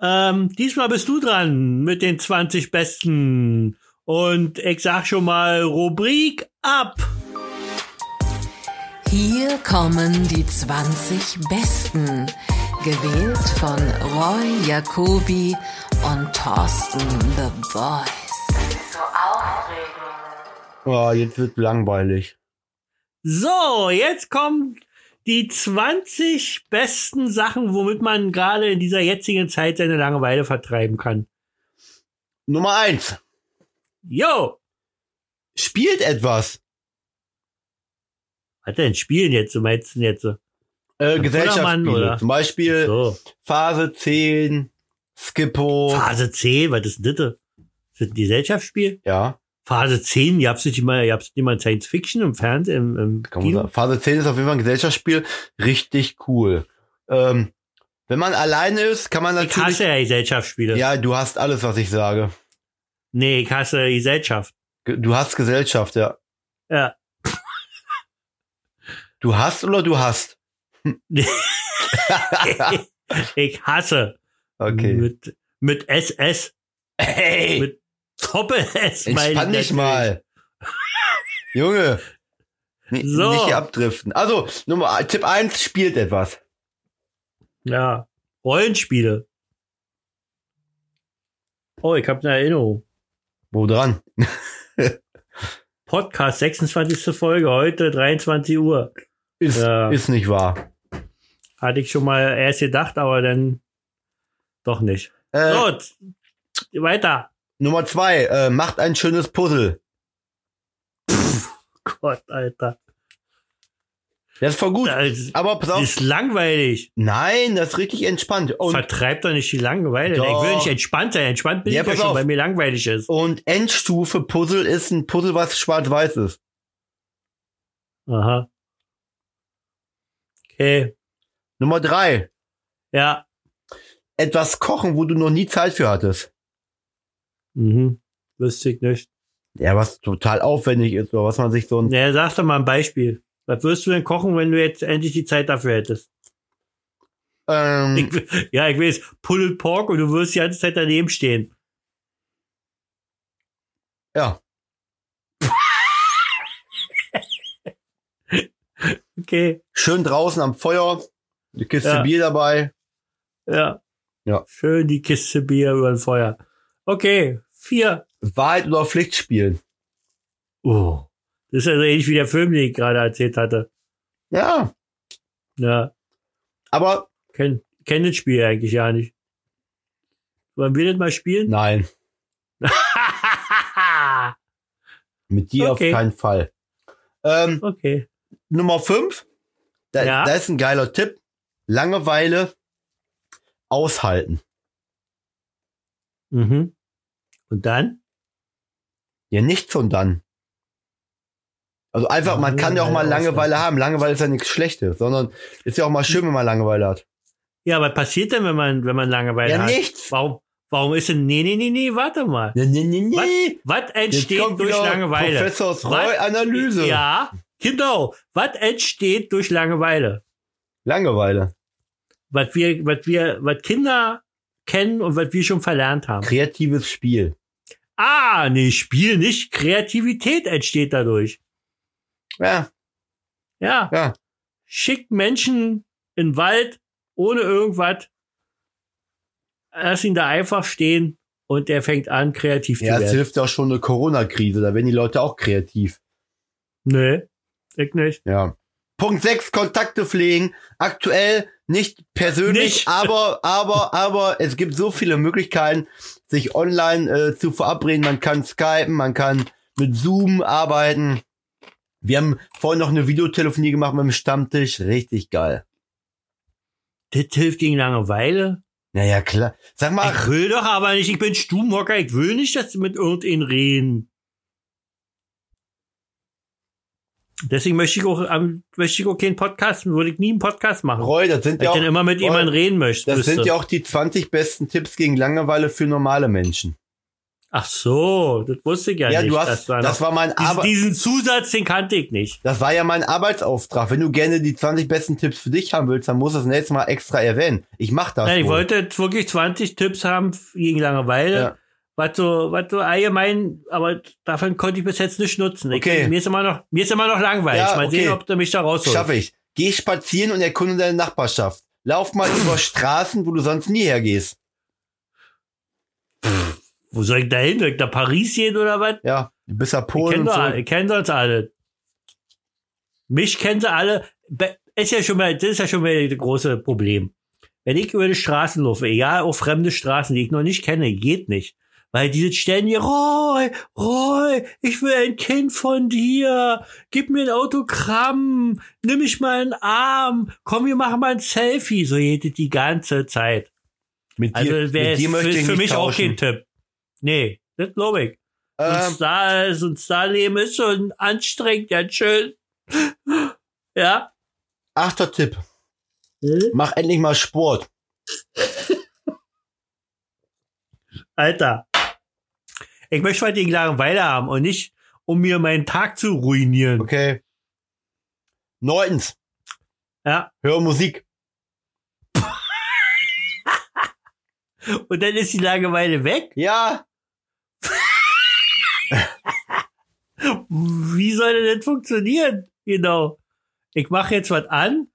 Speaker 1: ähm, diesmal bist du dran mit den 20 Besten. Und ich sag schon mal, Rubrik ab.
Speaker 3: Hier kommen die 20 Besten. Gewählt von Roy Jacobi und Thorsten The Voice.
Speaker 2: Oh, jetzt wird langweilig.
Speaker 1: So, jetzt kommen die 20 besten Sachen, womit man gerade in dieser jetzigen Zeit seine Langeweile vertreiben kann.
Speaker 2: Nummer eins.
Speaker 1: Yo!
Speaker 2: Spielt etwas.
Speaker 1: Was denn? Spielen jetzt, du meinst denn jetzt? so?
Speaker 2: Äh,
Speaker 1: Mann,
Speaker 2: Gesellschaftsspiele.
Speaker 1: oder?
Speaker 2: Zum Beispiel
Speaker 1: So.
Speaker 2: Phase 10, Skippo.
Speaker 1: Phase 10, was ist denn das? Ist das ein Gesellschaftsspiel?
Speaker 2: ja,
Speaker 1: Phase 10, ihr habt nicht mal, ihr habt nicht mal in Science Fiction im Fernsehen, im, im
Speaker 2: kann man
Speaker 1: Kino?
Speaker 2: sagen. Phase 10 ist auf jeden Fall ein Gesellschaftsspiel. Richtig cool. Ähm, wenn man alleine ist, kann man
Speaker 1: Ich
Speaker 2: natürlich.
Speaker 1: hasse ja Gesellschaftsspiele.
Speaker 2: Ja, du hast alles, was ich sage.
Speaker 1: Nee, ich hasse Gesellschaft.
Speaker 2: Ge- Du hast Gesellschaft, ja.
Speaker 1: Ja.
Speaker 2: Du hast oder du hast?
Speaker 1: ich hasse.
Speaker 2: Okay.
Speaker 1: Mit, mit SS.
Speaker 2: Hey!
Speaker 1: Mit Doppel S. meine ich
Speaker 2: Entspann dich
Speaker 1: natürlich.
Speaker 2: mal. Junge. N-
Speaker 1: So.
Speaker 2: Nicht hier abdriften. Also, Nummer, Tipp 1 spielt etwas.
Speaker 1: Ja. Rollenspiele. Oh, ich habe eine Erinnerung.
Speaker 2: Wo dran?
Speaker 1: Podcast, 26. Folge, heute 23 Uhr.
Speaker 2: Ist,
Speaker 1: Ja.
Speaker 2: ist nicht wahr.
Speaker 1: Hatte ich schon mal erst gedacht, aber dann doch nicht.
Speaker 2: Äh,
Speaker 1: Gut, weiter.
Speaker 2: Nummer 2, äh, macht ein schönes Puzzle.
Speaker 1: Gott, Alter.
Speaker 2: Das ist voll gut.
Speaker 1: Das
Speaker 2: Aber pass auf.
Speaker 1: Äh, ist langweilig.
Speaker 2: Nein, das ist richtig entspannt. Und,
Speaker 1: Vertreibt doch nicht die Langeweile.
Speaker 2: Doch.
Speaker 1: Ich will nicht entspannt sein. Entspannt bin
Speaker 2: Ja,
Speaker 1: ich ja
Speaker 2: pass
Speaker 1: schon,
Speaker 2: auf.
Speaker 1: weil mir langweilig ist.
Speaker 2: und Endstufe Puzzle ist ein Puzzle, was schwarz-weiß ist.
Speaker 1: Aha. Okay.
Speaker 2: Nummer 3,
Speaker 1: Ja.
Speaker 2: etwas kochen, wo du noch nie Zeit für hattest.
Speaker 1: Mhm. Wüsste ich nicht.
Speaker 2: Ja, was total aufwendig ist, oder was man sich so ein
Speaker 1: Ja, sag doch mal ein Beispiel. Was würdest du denn kochen, wenn du jetzt endlich die Zeit dafür hättest?
Speaker 2: ähm,
Speaker 1: Ich, ja, ich weiß, Pulled Pork und du wirst die ganze Zeit daneben stehen.
Speaker 2: ja.
Speaker 1: Okay.
Speaker 2: Schön draußen am Feuer, eine Kiste
Speaker 1: Ja.
Speaker 2: Bier dabei.
Speaker 1: Ja.
Speaker 2: Ja.
Speaker 1: Schön die Kiste Bier über den Feuer. Okay. Vier.
Speaker 2: Wahrheit oder Pflicht spielen.
Speaker 1: Oh. Das ist ja so ähnlich wie der Film, den ich gerade erzählt hatte.
Speaker 2: Ja,
Speaker 1: Ja.
Speaker 2: aber
Speaker 1: Kenn, kenn das Spiel eigentlich ja nicht. Wollen wir das mal spielen?
Speaker 2: nein, mit dir
Speaker 1: Okay.
Speaker 2: auf keinen Fall. Ähm,
Speaker 1: okay.
Speaker 2: Nummer fünf, da,
Speaker 1: Ja.
Speaker 2: da ist ein geiler Tipp. Langeweile aushalten.
Speaker 1: Mhm. Und dann?
Speaker 2: Ja, nichts und dann. Also einfach, man kann ja auch mal
Speaker 1: Langeweile
Speaker 2: Langeweile haben. Langeweile ist ja nichts Schlechtes, sondern ist ja auch mal schön, wenn man Langeweile hat.
Speaker 1: Ja, was passiert denn, wenn man, wenn man Langeweile
Speaker 2: Ja,
Speaker 1: hat?
Speaker 2: nichts.
Speaker 1: Warum, warum ist denn, nee, nee, nee, nee, warte mal.
Speaker 2: Nee, nee, nee,
Speaker 1: Was,
Speaker 2: nee.
Speaker 1: was
Speaker 2: Jetzt
Speaker 1: entsteht
Speaker 2: kommt
Speaker 1: durch
Speaker 2: wieder
Speaker 1: Langeweile?
Speaker 2: Professors
Speaker 1: Was-
Speaker 2: Roy-Analyse.
Speaker 1: Ja, genau. Was entsteht durch Langeweile?
Speaker 2: Langeweile.
Speaker 1: Was wir, was wir, was Kinder kennen und was wir schon verlernt haben.
Speaker 2: Kreatives Spiel.
Speaker 1: Ah, nee, Spiel nicht. Kreativität entsteht dadurch.
Speaker 2: Ja,
Speaker 1: Ja.
Speaker 2: Ja.
Speaker 1: Schickt Menschen in den Wald ohne irgendwas. Lass ihn da einfach stehen und er fängt an, kreativ zu
Speaker 2: Ja, es
Speaker 1: werden.
Speaker 2: hilft auch schon eine Corona-Krise, da werden die Leute auch kreativ.
Speaker 1: Nee, ich nicht.
Speaker 2: Ja. Punkt 6, Kontakte pflegen. Aktuell nicht persönlich,
Speaker 1: Nicht.
Speaker 2: aber, aber, aber es gibt so viele Möglichkeiten, sich online äh, zu verabreden. Man kann skypen, man kann mit Zoom arbeiten. Wir haben vorhin noch eine Videotelefonie gemacht mit dem Stammtisch. Richtig geil.
Speaker 1: Das hilft gegen Langeweile.
Speaker 2: Naja, klar. Sag mal,
Speaker 1: Ich will doch aber nicht, ich bin Stubenhocker, ich will nicht, dass sie mit irgendeinem reden. Deswegen möchte ich auch, am- möchte ich auch keinen Podcast, würde ich nie einen Podcast machen.
Speaker 2: Roy, das sind
Speaker 1: weil
Speaker 2: ja
Speaker 1: ich dann
Speaker 2: auch,
Speaker 1: immer mit
Speaker 2: Roy,
Speaker 1: jemandem reden möchte.
Speaker 2: das
Speaker 1: müsste.
Speaker 2: sind ja auch die 20 besten Tipps gegen Langeweile für normale Menschen.
Speaker 1: Ach so, das wusste ich ja,
Speaker 2: Ja,
Speaker 1: nicht.
Speaker 2: du hast,
Speaker 1: dass
Speaker 2: das
Speaker 1: da
Speaker 2: war,
Speaker 1: noch-
Speaker 2: mein
Speaker 1: diesen,
Speaker 2: Arbeit.
Speaker 1: diesen Zusatz, den kannte ich nicht.
Speaker 2: Das war ja mein Arbeitsauftrag. Wenn du gerne die 20 besten Tipps für dich haben willst, dann musst du das nächste Mal extra erwähnen. Ich mach das.
Speaker 1: Nein, ich
Speaker 2: wohl.
Speaker 1: wollte jetzt wirklich 20 Tipps haben gegen Langeweile.
Speaker 2: Ja.
Speaker 1: Was so, was so allgemein, aber davon konnte ich bis jetzt nicht nutzen. Ich,
Speaker 2: Okay.
Speaker 1: Mir ist immer noch, mir ist immer noch langweilig.
Speaker 2: Ja,
Speaker 1: Mal
Speaker 2: okay.
Speaker 1: sehen, ob du mich da rausholst.
Speaker 2: Schaffe ich. Geh spazieren und erkunde deine Nachbarschaft. Lauf mal über Straßen, wo du sonst nie hergehst.
Speaker 1: Wo soll ich da hin? Soll ich nach Paris gehen oder was?
Speaker 2: Ja, bis nach
Speaker 1: Ich
Speaker 2: Polen
Speaker 1: kenne
Speaker 2: und
Speaker 1: doch,
Speaker 2: so.
Speaker 1: alle- ich kenn uns alle. Mich kennen sie alle. Be- Ist ja schon mal, das ist ja schon mal das große Problem. Wenn ich über die Straßen laufe, egal auf fremde Straßen, die ich noch nicht kenne, geht nicht. Weil diese stellen hier, Roy, Roy, ich will ein Kind von dir, gib mir ein Autogramm, nimm mich mal in den Arm, komm, wir machen mal ein Selfie, so geht es die ganze Zeit.
Speaker 2: Mit
Speaker 1: Also
Speaker 2: dir,
Speaker 1: wäre
Speaker 2: mit dir möchte
Speaker 1: für,
Speaker 2: ich
Speaker 1: für
Speaker 2: nicht
Speaker 1: mich auch kein
Speaker 2: tauschen.
Speaker 1: Tipp. Nee, das glaube ich.
Speaker 2: Ähm,
Speaker 1: Und Star, so ein Starleben ist schon anstrengend, ja schön. Ja.
Speaker 2: achter Tipp. Mach endlich mal Sport.
Speaker 1: Alter. Ich möchte heute die Langeweile haben und nicht, um mir meinen Tag zu ruinieren.
Speaker 2: Okay. Neuntens.
Speaker 1: Ja.
Speaker 2: Hör Musik.
Speaker 1: Und dann ist die Langeweile weg.
Speaker 2: Ja.
Speaker 1: Wie soll denn das funktionieren? Genau. Ich mache jetzt was an.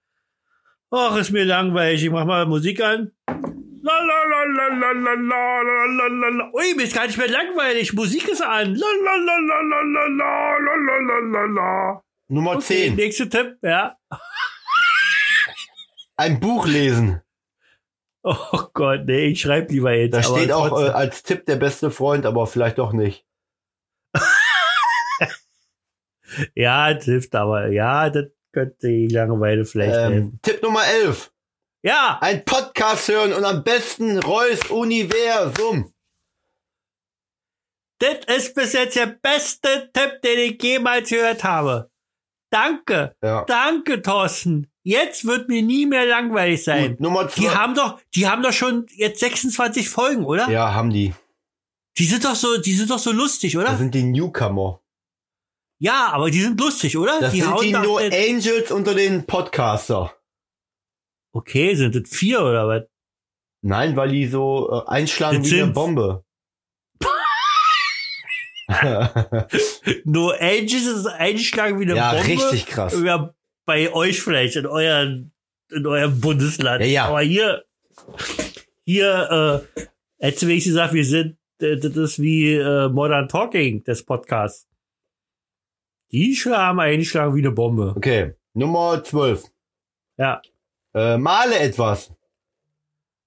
Speaker 1: Och, ist mir langweilig. Ich mach mal Musik an. La, la, la, la, la, la, la, la, la, la, la. Ui, mir ist gar nicht mehr langweilig. Musik ist an. La, la, la, la, la, la, la, la, la, la, la.
Speaker 2: Nummer
Speaker 1: Okay,
Speaker 2: 10.
Speaker 1: Nächster Tipp, ja.
Speaker 2: Ein Buch lesen.
Speaker 1: Oh Gott, nee, ich schreibe lieber jetzt.
Speaker 2: Da
Speaker 1: aber
Speaker 2: steht auch äh,
Speaker 1: trotzdem.
Speaker 2: als Tipp der beste Freund, aber vielleicht doch nicht. äh,
Speaker 1: ja, das hilft aber. Ja, das könnte die Langeweile vielleicht helfen.
Speaker 2: Ähm, Tipp Nummer 11.
Speaker 1: Ja,
Speaker 2: Ein Podcast hören und am besten Reus Universum.
Speaker 1: das ist bis jetzt der beste Tipp, den ich jemals gehört habe. Danke,
Speaker 2: Ja.
Speaker 1: danke, Thorsten. Jetzt wird mir nie mehr langweilig sein.
Speaker 2: Gut, Nummer
Speaker 1: Die
Speaker 2: zwei.
Speaker 1: haben doch, die haben doch schon jetzt 26 Folgen, oder?
Speaker 2: Ja, haben die.
Speaker 1: Die sind doch so, die sind doch so lustig,
Speaker 2: Das
Speaker 1: oder?
Speaker 2: sind die Newcomer.
Speaker 1: Ja, aber die sind lustig, oder?
Speaker 2: Das sind
Speaker 1: hauen
Speaker 2: die
Speaker 1: doch-
Speaker 2: No Angels unter den Podcaster.
Speaker 1: Okay, sind das vier oder was?
Speaker 2: Nein, weil die so äh, einschlagen
Speaker 1: Das
Speaker 2: wie eine
Speaker 1: sind-
Speaker 2: Bombe.
Speaker 1: No Angels ist eingeschlagen wie eine
Speaker 2: ja,
Speaker 1: Bombe.
Speaker 2: richtig krass.
Speaker 1: Ja, bei euch vielleicht, in euren, in eurem Bundesland.
Speaker 2: Ja, ja.
Speaker 1: Aber hier, hier, äh, hättest du wenigstens gesagt, wir sind, äh, das ist wie äh, Modern Talking, das Podcast. Die Schla- haben eingeschlagen wie eine Bombe.
Speaker 2: Okay, Nummer 12.
Speaker 1: Ja.
Speaker 2: Äh, male etwas.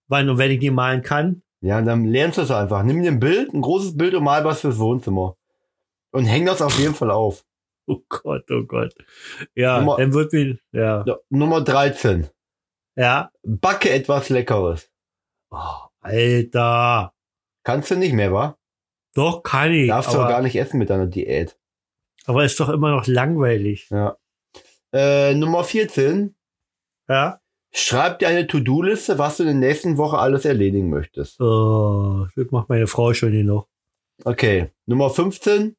Speaker 1: Wann und wenn ich die malen kann.
Speaker 2: Ja, dann lernst du es einfach. Nimm dir ein Bild, ein großes Bild und mal was fürs Wohnzimmer. Und häng das auf jeden Fall auf.
Speaker 1: Oh Gott, oh Gott. Ja,
Speaker 2: Nummer-
Speaker 1: dann wird mir, ja,
Speaker 2: Ja, Nummer 13.
Speaker 1: ja.
Speaker 2: Backe etwas Leckeres.
Speaker 1: Oh, Alter.
Speaker 2: Kannst du nicht mehr, wa?
Speaker 1: Doch kann ich.
Speaker 2: Darfst du auch
Speaker 1: aber,
Speaker 2: gar nicht essen mit deiner Diät.
Speaker 1: aber ist doch immer noch langweilig.
Speaker 2: Äh, Nummer 14.
Speaker 1: Ja.
Speaker 2: Schreib dir eine To-Do-Liste, was du in der nächsten Woche alles erledigen möchtest.
Speaker 1: Oh, das macht meine Frau schon genug.
Speaker 2: Okay. Nummer 15.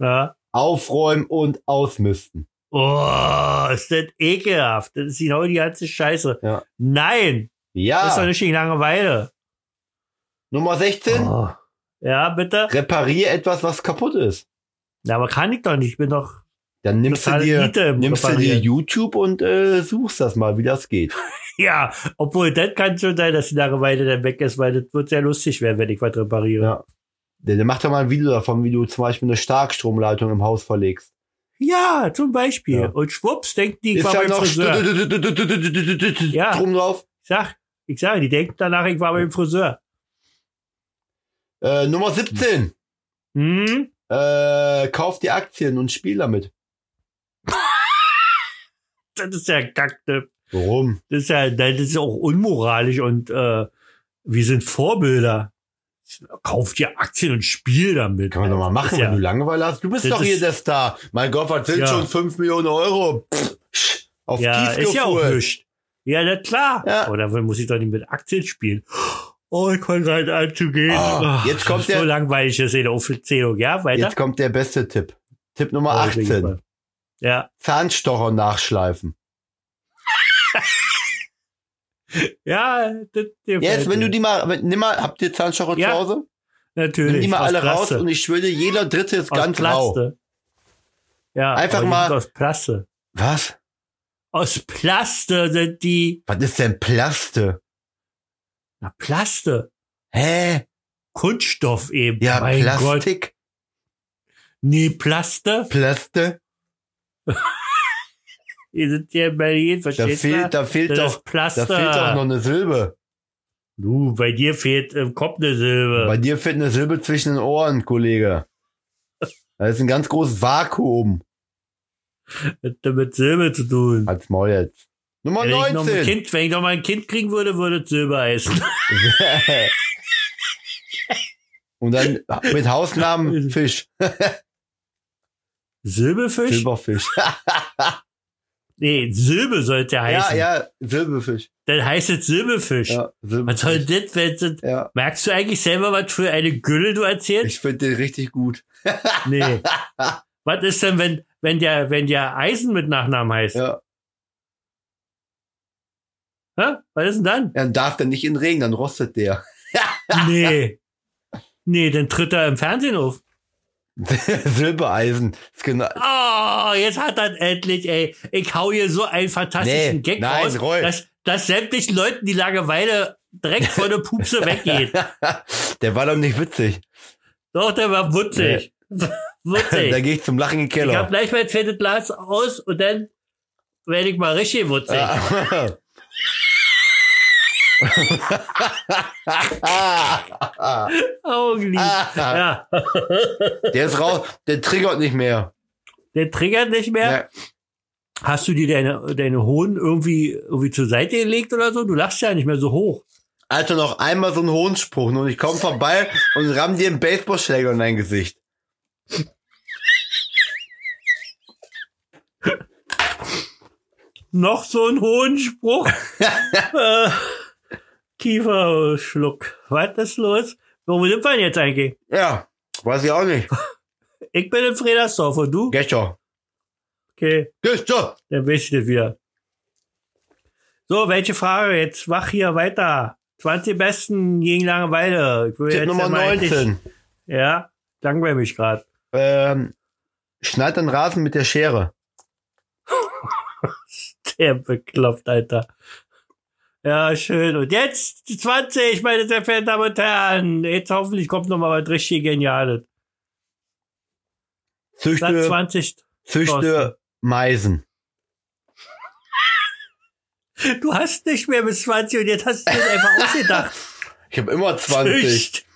Speaker 1: Ja.
Speaker 2: Aufräumen und ausmisten.
Speaker 1: Oh, ist das ekelhaft. Das ist genau die ganze Scheiße.
Speaker 2: Ja.
Speaker 1: Nein, das ist doch
Speaker 2: Ja.
Speaker 1: nicht die Langeweile.
Speaker 2: Nummer 16.
Speaker 1: Oh. Ja, bitte?
Speaker 2: Reparier etwas, was kaputt ist.
Speaker 1: Na, aber kann ich doch nicht. Ich bin doch
Speaker 2: Dann nimmst du
Speaker 1: Totale
Speaker 2: dir,
Speaker 1: Niete
Speaker 2: nimmst du dir
Speaker 1: reparieren.
Speaker 2: YouTube und äh, suchst das mal, wie das geht.
Speaker 1: Ja, obwohl, das kann schon sein, dass die Langeweile dann weg ist, weil das wird sehr lustig werden, wenn ich was repariere.
Speaker 2: Ja. Der, der macht doch mal ein Video davon, wie du zum Beispiel eine Starkstromleitung im Haus verlegst.
Speaker 1: Ja, zum Beispiel.
Speaker 2: Ja.
Speaker 1: Und schwupps, denkt die, ich
Speaker 2: Ist
Speaker 1: war
Speaker 2: ja
Speaker 1: beim
Speaker 2: noch
Speaker 1: Friseur. Ja.
Speaker 2: Strom drauf.
Speaker 1: Ich sag, ich sag, die denkt danach, ich war beim Friseur.
Speaker 2: Äh, Nummer 17.
Speaker 1: Hm?
Speaker 2: Äh, kauf die Aktien und spiel damit.
Speaker 1: Das ist ja ne? ein Kacktipp.
Speaker 2: Warum?
Speaker 1: Das ist ja, das ist auch unmoralisch und äh, wir sind Vorbilder. Kauf dir Aktien und spiel damit.
Speaker 2: Kann man doch mal
Speaker 1: Das
Speaker 2: machen,
Speaker 1: ist ja,
Speaker 2: wenn du Langeweile hast. Du bist
Speaker 1: Das
Speaker 2: doch hier
Speaker 1: ist-
Speaker 2: der Star. Mein Gott, was sind
Speaker 1: Ja.
Speaker 2: schon 5 Millionen Euro? Pff, sch, auf
Speaker 1: Ja,
Speaker 2: ja,
Speaker 1: ist ja auch nicht. Ja, na klar.
Speaker 2: Ja.
Speaker 1: Oder muss ich doch nicht mit Aktien spielen? Oh, ich konnte halt anzugehen.
Speaker 2: Ah,
Speaker 1: Ah,
Speaker 2: jetzt kommt
Speaker 1: das ist
Speaker 2: der-
Speaker 1: so langweilig ist eine Aufzählung, ja? Weiter?
Speaker 2: Jetzt kommt der beste Tipp. Tipp Nummer
Speaker 1: Oh, ich bin
Speaker 2: 18.
Speaker 1: gespannt. Ja,
Speaker 2: Zahnstocher nachschleifen.
Speaker 1: ja. Das, dir
Speaker 2: Jetzt,
Speaker 1: fällt
Speaker 2: wenn
Speaker 1: mir.
Speaker 2: du die mal, wenn, nimm mal, habt ihr Zahnstocher
Speaker 1: Ja.
Speaker 2: zu Hause?
Speaker 1: Natürlich.
Speaker 2: Nimm die mal
Speaker 1: aus
Speaker 2: alle
Speaker 1: Plaste.
Speaker 2: raus und ich schwöre, dir, jeder dritte ist
Speaker 1: Aus
Speaker 2: ganz rau.
Speaker 1: Plaste. Ja,
Speaker 2: Einfach
Speaker 1: aber die
Speaker 2: mal-
Speaker 1: sind Aus Plaste.
Speaker 2: Was?
Speaker 1: Aus Plaste sind die.
Speaker 2: Was ist denn Plaste?
Speaker 1: Na, Plaste.
Speaker 2: Hä?
Speaker 1: Kunststoff eben.
Speaker 2: Ja,
Speaker 1: mein Gott.
Speaker 2: Plastik?
Speaker 1: Nee, Plaste.
Speaker 2: Plaste?
Speaker 1: Ihr sind hier in Berlin,
Speaker 2: Da
Speaker 1: verstehst du?
Speaker 2: fehlt, da fehlt
Speaker 1: das
Speaker 2: doch,
Speaker 1: ist Plaste.
Speaker 2: da fehlt doch noch eine Silbe.
Speaker 1: Du, bei dir fehlt im Kopf eine Silbe.
Speaker 2: Bei dir fehlt eine Silbe zwischen den Ohren, Kollege. Da ist ein ganz großes Vakuum.
Speaker 1: Hat damit Silbe zu tun.
Speaker 2: Als Maul jetzt. Nummer
Speaker 1: wenn, ich noch ein
Speaker 2: 19.
Speaker 1: kind, wenn ich noch mal ein Kind kriegen würde, würde es Silber heißen.
Speaker 2: Und dann mit Hausnamen Fisch.
Speaker 1: Silbefisch?
Speaker 2: Silberfisch.
Speaker 1: Nee, Silbe sollte
Speaker 2: ja,
Speaker 1: heißen.
Speaker 2: ja, Silberfisch.
Speaker 1: Dann heißt es Silbefisch.
Speaker 2: Ja,
Speaker 1: Was soll
Speaker 2: Silberfisch.
Speaker 1: das, wenn das,
Speaker 2: Ja,
Speaker 1: Merkst du eigentlich selber, was für eine Gülle du erzählst?
Speaker 2: ich finde den richtig gut.
Speaker 1: nee. was ist denn, wenn, wenn der, wenn der Eisen mit Nachnamen heißt?
Speaker 2: Ja.
Speaker 1: Hä? Was ist denn dann?
Speaker 2: Dann darf der nicht in den Regen, dann rostet der.
Speaker 1: Nee. Nee, dann tritt er im Fernsehen auf.
Speaker 2: Silbereisen. Ist genau.
Speaker 1: Oh, jetzt hat er endlich, ey. Ich hau hier so einen fantastischen
Speaker 2: Nee,
Speaker 1: Gag
Speaker 2: nein,
Speaker 1: raus,
Speaker 2: Roy.
Speaker 1: dass, dass sämtlichen Leuten die Langeweile direkt vor der Pupse weggeht.
Speaker 2: Der war doch nicht witzig.
Speaker 1: Doch, der war wutzig. wutzig.
Speaker 2: Da gehe ich zum Lachen in den
Speaker 1: Ich hab
Speaker 2: Keller.
Speaker 1: gleich mein zweites Glas aus und dann werde ich mal richtig wutzig.
Speaker 2: Ah.
Speaker 1: Augenlid.
Speaker 2: Ah.
Speaker 1: Ja,
Speaker 2: der ist raus, der triggert nicht mehr.
Speaker 1: der triggert nicht mehr.
Speaker 2: Ja.
Speaker 1: Hast du dir deine, deine Hohen irgendwie, irgendwie zur Seite gelegt oder so? Du lachst ja nicht mehr so hoch.
Speaker 2: Alter, Also noch einmal so ein Hohnspruch und ich komm vorbei und ramm dir einen Baseballschläger in dein Gesicht.
Speaker 1: Noch so einen hohen Spruch. äh, Kieferschluck. Was ist los? Wo sind wir denn jetzt eigentlich?
Speaker 2: Ja, weiß ich auch nicht.
Speaker 1: Ich bin in Fredersdorf und du?
Speaker 2: Gestern.
Speaker 1: Okay,
Speaker 2: Gestern.
Speaker 1: dann wisst ihr wieder. So, welche Frage? Jetzt mach hier weiter. 20 Besten gegen Langeweile. Ich will
Speaker 2: Tipp
Speaker 1: jetzt
Speaker 2: Nummer
Speaker 1: ja mal endlich-
Speaker 2: 19.
Speaker 1: Ja, langweil mich gerade.
Speaker 2: Ähm, schneid den Rasen mit der Schere.
Speaker 1: Der bekloppt, Alter. Ja, schön. Und jetzt die 20, meine sehr verehrten Damen und Herren. Jetzt hoffentlich kommt noch mal was richtig Geniales. Dann
Speaker 2: Züchte,
Speaker 1: 20.
Speaker 2: züchte Meisen.
Speaker 1: Du hast nicht mehr bis 20 und jetzt hast du es einfach ausgedacht.
Speaker 2: Ich habe immer 20.
Speaker 1: Zücht.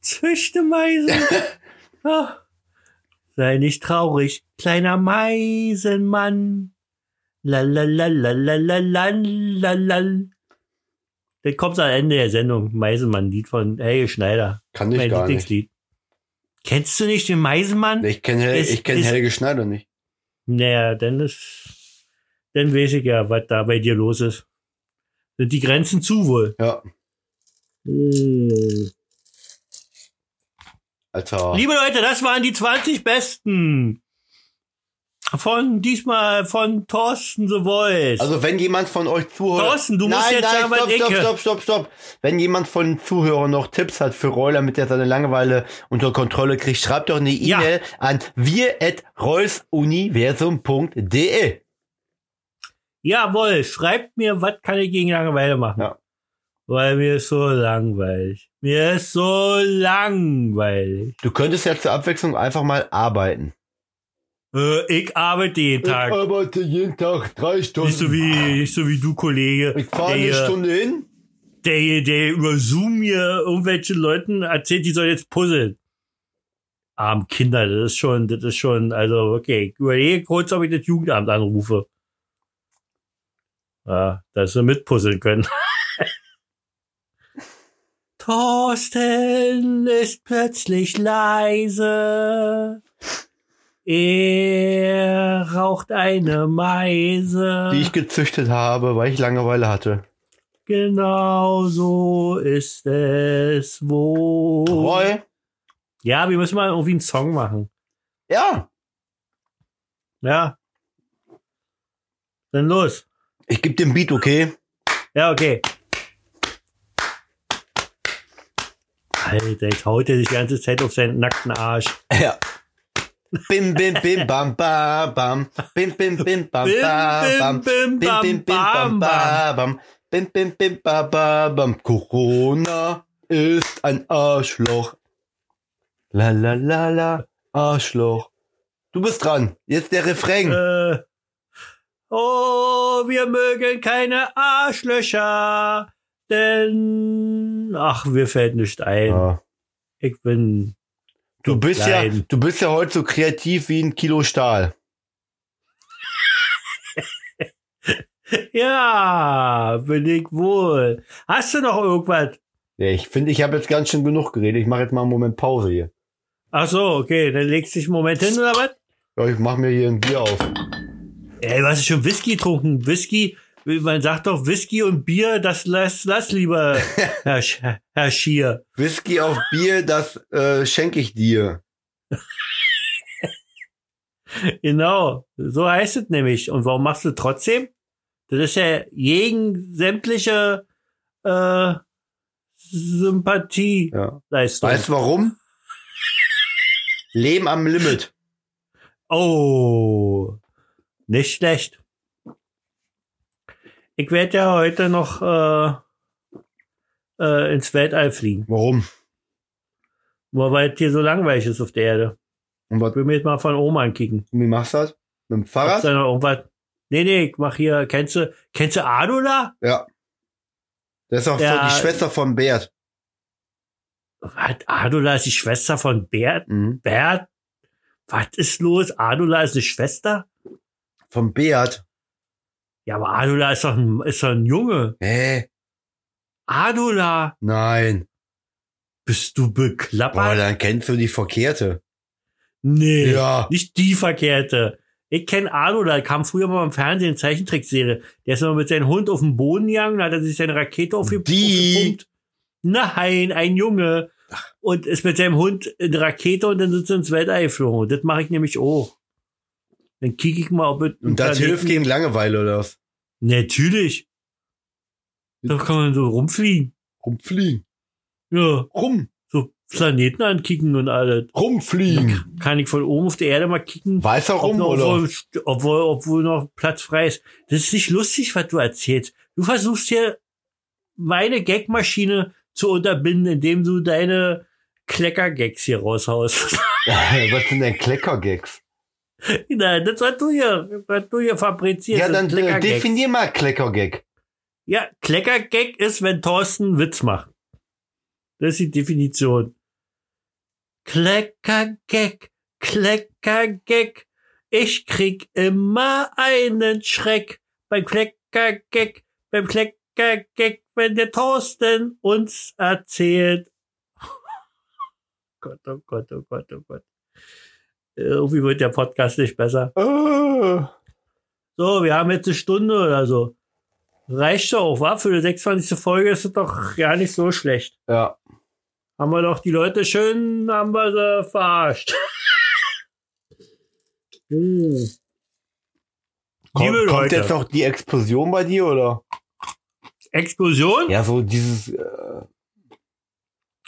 Speaker 1: Züchte Meisen. Ach, sei nicht traurig, kleiner Meisenmann. La la la la la la la la la. Das kommt am Ende der Sendung. Meisenmann, Lied von Helge Schneider.
Speaker 2: Kann ich
Speaker 1: mein
Speaker 2: gar nicht.
Speaker 1: Lieblingslied. Kennst du nicht den Meisenmann?
Speaker 2: Ich kenne Hel
Speaker 1: Ist-
Speaker 2: ich kenn
Speaker 1: ist-
Speaker 2: Helge Schneider nicht.
Speaker 1: Naja, dann ist, dann weiß ich ja, was da bei dir los ist. Sind die Grenzen zu wohl?
Speaker 2: Ja, Oh.
Speaker 1: Liebe
Speaker 2: Alter.
Speaker 1: Leute, das waren die 20 Besten. Von diesmal von Thorsten The Voice.
Speaker 2: Also wenn jemand von euch zuhört.
Speaker 1: Thorsten, du musst jetzt sagen, was
Speaker 2: stopp, stopp,
Speaker 1: Ecke.
Speaker 2: stopp, stopp, stopp. Wenn jemand von den Zuhörern noch Tipps hat für Roy, damit er seine Langeweile unter Kontrolle kriegt, schreibt doch eine
Speaker 1: Ja.
Speaker 2: E-Mail an wir@reusuniversum.de.
Speaker 1: Jawohl, schreibt mir, was kann ich gegen Langeweile machen.
Speaker 2: Ja.
Speaker 1: Weil mir ist so langweilig. Mir ist so langweilig.
Speaker 2: Du könntest ja zur Abwechslung einfach mal arbeiten.
Speaker 1: Äh, ich arbeite jeden Tag.
Speaker 2: arbeite jeden Tag drei Stunden.
Speaker 1: Nicht so wie, nicht so wie du, Kollege.
Speaker 2: ich fahre
Speaker 1: der
Speaker 2: eine
Speaker 1: hier-
Speaker 2: Stunde hin.
Speaker 1: der, hier- der hier über Zoom mir irgendwelche Leuten erzählt, die sollen jetzt puzzeln. Arm Kinder, das ist schon, das ist schon, also okay, ich überlege kurz, ob ich das Jugendamt anrufe. Ja, dass sie mitpuzzeln können. Thorsten ist plötzlich leise. Er raucht eine Meise.
Speaker 2: die ich gezüchtet habe, weil ich Langeweile hatte.
Speaker 1: Genau so ist es wohl.
Speaker 2: Roy?
Speaker 1: Ja, wir müssen mal irgendwie einen Song machen.
Speaker 2: Ja,
Speaker 1: Ja. Dann los.
Speaker 2: ich gebe dem Beat, okay?
Speaker 1: Ja, okay. Alter, jetzt haut er sich die ganze Zeit auf seinen nackten Arsch.
Speaker 2: Ja. Bim, bim, bim, bam, bam, bam. Bim, bim, bim, bam,
Speaker 1: Bim, bim,
Speaker 2: bam, bam.
Speaker 1: bim, bam,
Speaker 2: bim,
Speaker 1: bam,
Speaker 2: bam, bam, bam. Bim, bim, bim, bam, bam, bam. Corona ist ein Arschloch. La, la, la, la, Arschloch. Du bist dran. Jetzt der Refrain.
Speaker 1: Äh, oh, wir mögen keine Arschlöcher, denn ach, mir fällt nicht ein.
Speaker 2: Ja.
Speaker 1: Ich bin
Speaker 2: Du bist ja,
Speaker 1: Nein.
Speaker 2: du bist ja heute so kreativ wie ein Kilo Stahl.
Speaker 1: Ja, bin ich wohl. Hast du noch irgendwas?
Speaker 2: Ja, ich finde, ich habe jetzt ganz schön genug geredet. Ich mache jetzt mal einen Moment Pause hier.
Speaker 1: Ach so, okay, dann legst du dich einen Moment hin oder was?
Speaker 2: Ja, ich mache mir hier ein Bier auf.
Speaker 1: Ey, was ist schon Whisky getrunken? Whisky, man sagt doch Whisky und Bier, das lass, lass lieber, Herr, Sch- Herr Schier.
Speaker 2: Whisky auf Bier, das äh, schenke ich dir.
Speaker 1: Genau, so heißt es nämlich. Und warum machst du trotzdem? Das ist ja gegen sämtliche äh, Sympathieleistung.
Speaker 2: Ja. Weißt du warum? Leben am Limit.
Speaker 1: Oh, nicht schlecht. Ich werde ja heute noch äh, äh, ins Weltall fliegen,
Speaker 2: Warum?
Speaker 1: nur weil es hier so langweilig ist auf der Erde.
Speaker 2: Und was,
Speaker 1: Ich will mir jetzt mal von oben ankicken.
Speaker 2: wie machst du das? Mit dem
Speaker 1: Ob
Speaker 2: Fahrrad?
Speaker 1: da noch irgendwas. Nee, nee, ich mach hier, kennst du, kennst du Adula?
Speaker 2: Ja. Das ist auch
Speaker 1: Ja.
Speaker 2: so die Schwester von Bert.
Speaker 1: Was? Adula ist die Schwester von Bert?
Speaker 2: Mhm.
Speaker 1: Bert? Was ist los? Adula ist eine Schwester?
Speaker 2: Von Bert.
Speaker 1: Ja, aber Adula ist doch ein, ist doch ein Junge.
Speaker 2: Hä?
Speaker 1: Adula,
Speaker 2: Nein.
Speaker 1: bist du
Speaker 2: Boah,
Speaker 1: beklappert?
Speaker 2: dann kennst du die Verkehrte.
Speaker 1: nee.
Speaker 2: Ja.
Speaker 1: Nicht die verkehrte. Ich kenne Arno, da kam früher mal im Fernsehen Zeichentrickserie. Der ist mal mit seinem Hund auf den Boden gegangen, da hat er sich seine Rakete aufge-
Speaker 2: Die?
Speaker 1: aufgepumpt. Nein, ein Junge. Und ist mit seinem Hund in die Rakete und dann sitzt er ins Weltall geflogen. Und das mache ich nämlich auch. Dann kicke ich mal, ob es.
Speaker 2: Und das
Speaker 1: Planeten-
Speaker 2: hilft gegen Langeweile oder was?
Speaker 1: Natürlich. Da kann man so rumfliegen.
Speaker 2: Rumfliegen.
Speaker 1: Ja,
Speaker 2: Rum.
Speaker 1: so Planeten ankicken und alles.
Speaker 2: Rumfliegen.
Speaker 1: Kann ich von oben auf der Erde mal kicken.
Speaker 2: Weiß er rum,
Speaker 1: obwohl,
Speaker 2: oder?
Speaker 1: Obwohl, obwohl, obwohl noch Platz frei ist. Das ist nicht lustig, was du erzählst. Du versuchst hier meine Gagmaschine zu unterbinden, indem du deine Kleckergags hier raushaust.
Speaker 2: was sind denn Kleckergags?
Speaker 1: Nein, das was du hier, was du hier fabrizierst.
Speaker 2: Ja,
Speaker 1: sind
Speaker 2: dann äh,
Speaker 1: Kleckergags.
Speaker 2: definier mal Kleckergag.
Speaker 1: Ja, Kleckergag ist, wenn Thorsten einen Witz macht. Das ist die Definition. Kleckergag, Kleckergag. Ich krieg immer einen Schreck beim Kleckergag, beim Kleckergag, wenn der Thorsten uns erzählt. Gott, oh Gott, oh Gott, oh Gott. Äh, Irgendwie wird der Podcast nicht besser.
Speaker 2: Äh.
Speaker 1: Ah. So, wir haben jetzt eine Stunde oder so. Reicht doch auch, wa? Für die 26. Folge ist es doch gar nicht so schlecht.
Speaker 2: Ja.
Speaker 1: Haben wir doch die Leute schön, haben wir sie verarscht. hm.
Speaker 2: Komm,
Speaker 1: Liebe
Speaker 2: kommt
Speaker 1: Leute.
Speaker 2: jetzt noch die Explosion bei dir, oder?
Speaker 1: Explosion?
Speaker 2: Ja, so dieses äh,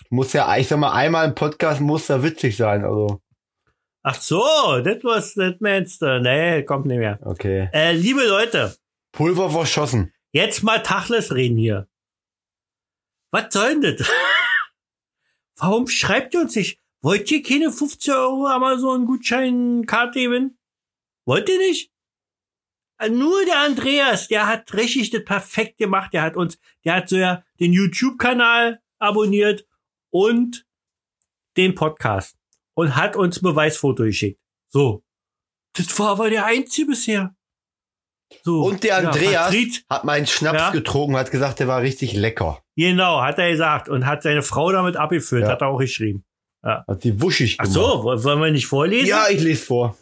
Speaker 2: muss ja, ich sag mal, einmal im Podcast muss da witzig sein, also.
Speaker 1: Ach so, das was das meinst du. Nee, kommt nicht mehr.
Speaker 2: Okay.
Speaker 1: Äh, liebe Leute,
Speaker 2: Pulver verschossen.
Speaker 1: jetzt mal Tachles reden hier. Was soll denn das? Warum schreibt ihr uns nicht? Wollt ihr keine 15 Euro Amazon-Gutscheinkarte geben? Wollt ihr nicht? Äh, Nur der Andreas, der hat richtig das perfekt gemacht. Der hat uns, der hat so ja den YouTube-Kanal abonniert und den Podcast und hat uns ein Beweisfoto geschickt. So. Das war aber der einzige bisher. So.
Speaker 2: Und der Andreas-
Speaker 1: Vertritt.
Speaker 2: Hat meinen Schnaps
Speaker 1: Ja.
Speaker 2: getrunken, hat gesagt, der war richtig lecker.
Speaker 1: Genau, hat er gesagt. Und hat seine Frau damit abgeführt,
Speaker 2: Ja.
Speaker 1: hat er auch geschrieben.
Speaker 2: Hat sie wuschig
Speaker 1: Ach
Speaker 2: gemacht.
Speaker 1: so, wo- wollen wir nicht vorlesen?
Speaker 2: Ja, ich lese vor.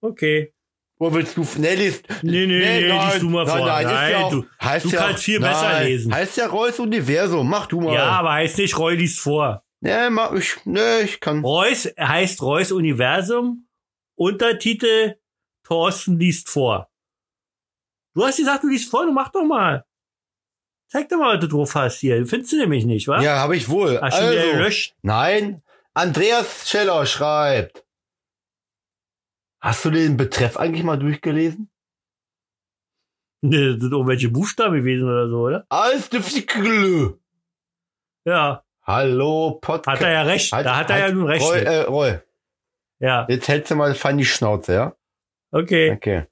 Speaker 1: Okay.
Speaker 2: Wo willst du? Nee, liest.
Speaker 1: Nee, nee, nee, liest du mal vor. Nein,
Speaker 2: ja
Speaker 1: du-
Speaker 2: heißt
Speaker 1: du kannst viel besser lesen.
Speaker 2: Heißt ja Reus Universum, mach du mal.
Speaker 1: Ja, aber heißt nicht Roy liest vor.
Speaker 2: Nee, mach ich, nee, ich
Speaker 1: Oh,
Speaker 2: kann.
Speaker 1: Reus heißt Reus Universum, Untertitel Thorsten liest vor. Du hast gesagt, du liest vor, du mach doch mal. Zeig doch mal, was du drauf hast hier. Findest du nämlich nicht, wa?
Speaker 2: Ja, habe ich wohl.
Speaker 1: Hast du wieder
Speaker 2: Also,
Speaker 1: gelöscht?
Speaker 2: nein, Andreas Scheller schreibt. Hast du den Betreff eigentlich mal durchgelesen?
Speaker 1: Nee, das sind irgendwelche Buchstaben gewesen oder so, oder?
Speaker 2: Alles de Fickel.
Speaker 1: Ja,
Speaker 2: Hallo,
Speaker 1: hat
Speaker 2: Podcast.
Speaker 1: er ja recht. da hat er ja nun recht.
Speaker 2: Halt, Roy,
Speaker 1: mit.
Speaker 2: äh, Roy,
Speaker 1: ja,
Speaker 2: jetzt hältst du mal fein die Schnauze, ja?
Speaker 1: okay.
Speaker 2: Okay.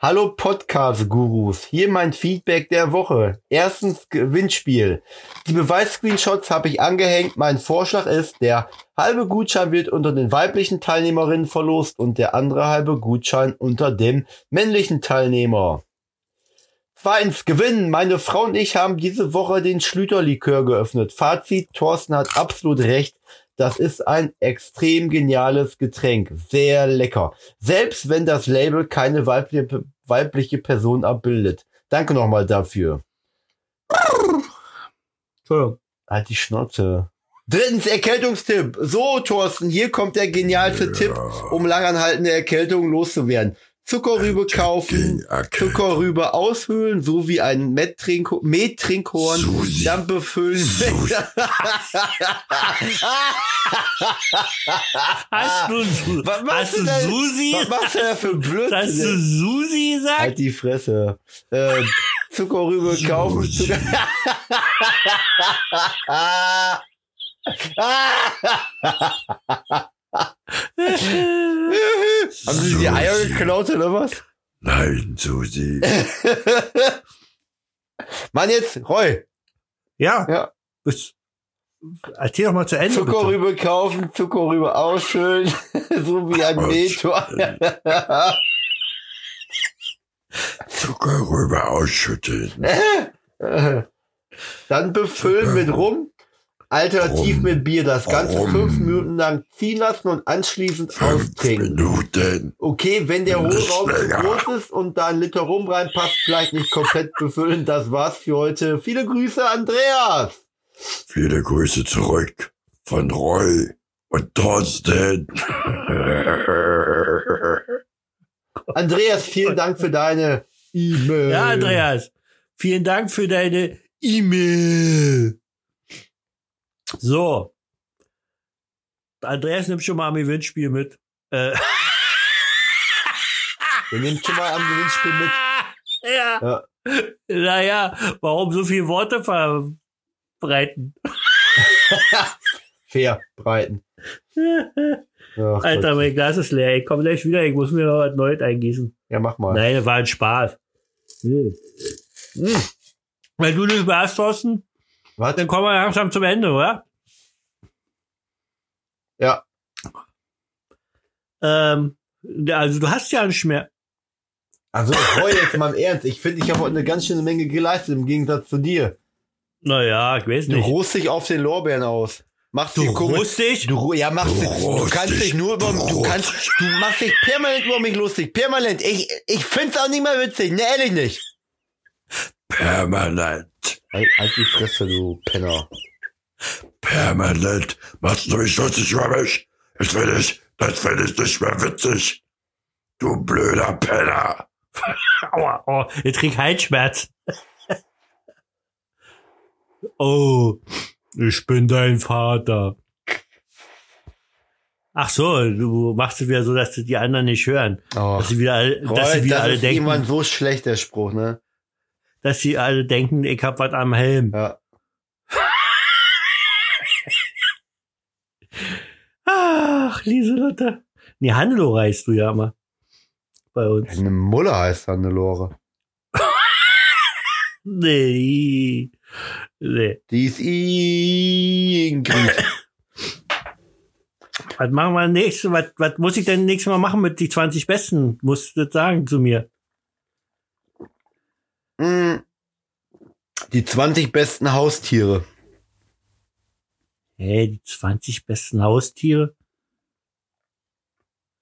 Speaker 2: Hallo Podcast-Gurus, hier mein Feedback der Woche. Erstens Gewinnspiel. Die Beweis-Screenshots habe ich angehängt. Mein Vorschlag ist, der halbe Gutschein wird unter den weiblichen Teilnehmerinnen verlost und der andere halbe Gutschein unter dem männlichen Teilnehmer. Zweitens Gewinnen. Meine Frau und ich haben diese Woche den Schlüterlikör geöffnet. Fazit, Thorsten hat absolut recht. Das ist ein extrem geniales Getränk. Sehr lecker selbst wenn das Label keine weibliche, weibliche Person abbildet. Danke nochmal dafür.
Speaker 1: Entschuldigung.
Speaker 2: Halt die Schnauze. Drittens, Erkältungstipp. So, Thorsten, hier kommt der genialste Tipp, um langanhaltende Erkältungen loszuwerden. Zuckerrübe kaufen, Zuckerrübe aushöhlen, sowie ein Mettrinko- Mettrinkhorn,
Speaker 4: Susi.
Speaker 2: dann befüllen.
Speaker 4: Susi.
Speaker 1: Hast du, Su
Speaker 2: Ah. Was machst
Speaker 1: hast
Speaker 2: du
Speaker 1: du
Speaker 2: denn?
Speaker 1: Susi?
Speaker 2: Was machst du denn für Blödsinn?
Speaker 1: Hast du Susi gesagt?
Speaker 2: Halt die Fresse. Äh, Zuckerrübe kaufen. Zucker Haben Sie die Eier geklaut oder was?
Speaker 4: Nein, Susi.
Speaker 2: Mann, jetzt, Roy.
Speaker 1: ja.
Speaker 2: Ja.
Speaker 1: Ist- Erzähl doch mal zu Ende. bitte.
Speaker 2: Zuckerrübe kaufen, Zuckerrübe ausschütteln, so wie ein Meteor.
Speaker 4: Zucker rüber ausschütteln.
Speaker 2: Dann befüllen mit Rum, alternativ
Speaker 4: Rum.
Speaker 2: mit Bier. Das Ganze
Speaker 4: Rum.
Speaker 2: fünf Minuten lang ziehen lassen und anschließend
Speaker 4: Fünf
Speaker 2: austrinken.
Speaker 4: Minuten.
Speaker 2: Okay, wenn der
Speaker 4: Nicht
Speaker 2: Hohlraum zu
Speaker 4: länger.
Speaker 2: groß ist und da ein Liter Rum reinpasst, vielleicht nicht komplett befüllen. Das war's für heute. Viele Grüße, Andreas.
Speaker 4: Viele Grüße zurück von Roy und Thorsten.
Speaker 2: Andreas, vielen Dank für deine E-Mail.
Speaker 1: Ja, Andreas. Vielen Dank für deine E-Mail. So. Andreas nimmt schon mal am Gewinnspiel mit. Äh,
Speaker 2: Wir nehmen schon mal am Gewinnspiel mit.
Speaker 1: ja.
Speaker 2: Ja.
Speaker 1: Naja, warum so viele Worte verbreiten?
Speaker 2: Fair breiten. Ach,
Speaker 1: Alter,
Speaker 2: Gott.
Speaker 1: mein Glas ist leer. Ich komme gleich wieder. Ich muss mir noch was Neues eingießen.
Speaker 2: Ja, mach mal.
Speaker 1: Nein, das war ein Spaß. Hm. Hm. Wenn du das warst, Thorsten,
Speaker 2: Was?
Speaker 1: dann kommen wir langsam zum Ende, oder?
Speaker 2: Ja.
Speaker 1: Ähm, also du hast ja nicht mehr.
Speaker 2: Also, Roy, jetzt mal im Ernst. Ich finde, ich habe heute eine ganz schöne Menge geleistet, im Gegensatz zu dir.
Speaker 1: Naja, ich weiß
Speaker 2: Du
Speaker 1: nicht.
Speaker 2: ruhst dich auf den Lorbeeren aus. Machst
Speaker 1: Du
Speaker 2: die komisch.
Speaker 1: ruhst dich?
Speaker 2: Du, ru- ja, machst
Speaker 4: Du
Speaker 2: dich, du
Speaker 4: rost
Speaker 2: kannst dich
Speaker 4: dich,
Speaker 2: nur über,
Speaker 4: du
Speaker 2: du
Speaker 4: rost
Speaker 2: kannst, du machst dich permanent über mich lustig, permanent. Ich, ich find's auch nicht mehr witzig, ne, ehrlich nicht.
Speaker 4: Permanent.
Speaker 2: Ey, halt die Fresse, du Penner.
Speaker 4: Permanent. Machst du mich lustig über mich? Das finde ich, das finde ich nicht mehr witzig. Du blöder Penner.
Speaker 1: aua, oh, ich krieg Halsschmerz. oh, ich bin dein Vater. Ach so, du machst es wieder so, dass die anderen nicht hören.
Speaker 2: Oh.
Speaker 1: Dass sie wieder alle, dass sie wieder alle
Speaker 2: ist
Speaker 1: denken,
Speaker 2: irgendwann so schlecht, der Spruch, ne?
Speaker 1: dass sie alle denken, ich hab was am Helm.
Speaker 2: Ja.
Speaker 1: Ach, Lieselotte. Nee, Hannelore reist du ja immer. Bei uns.
Speaker 2: Eine Mulle heißt Hannelore.
Speaker 1: Nee. Nee.
Speaker 2: Die ist Ingrid.
Speaker 1: Was machen wir nächstes? Was, was muss ich denn nächstes Mal machen mit die 20 Besten? Musst du das sagen zu mir.
Speaker 2: Mm. Die 20 besten Haustiere.
Speaker 1: Hä, hey, die 20 besten Haustiere?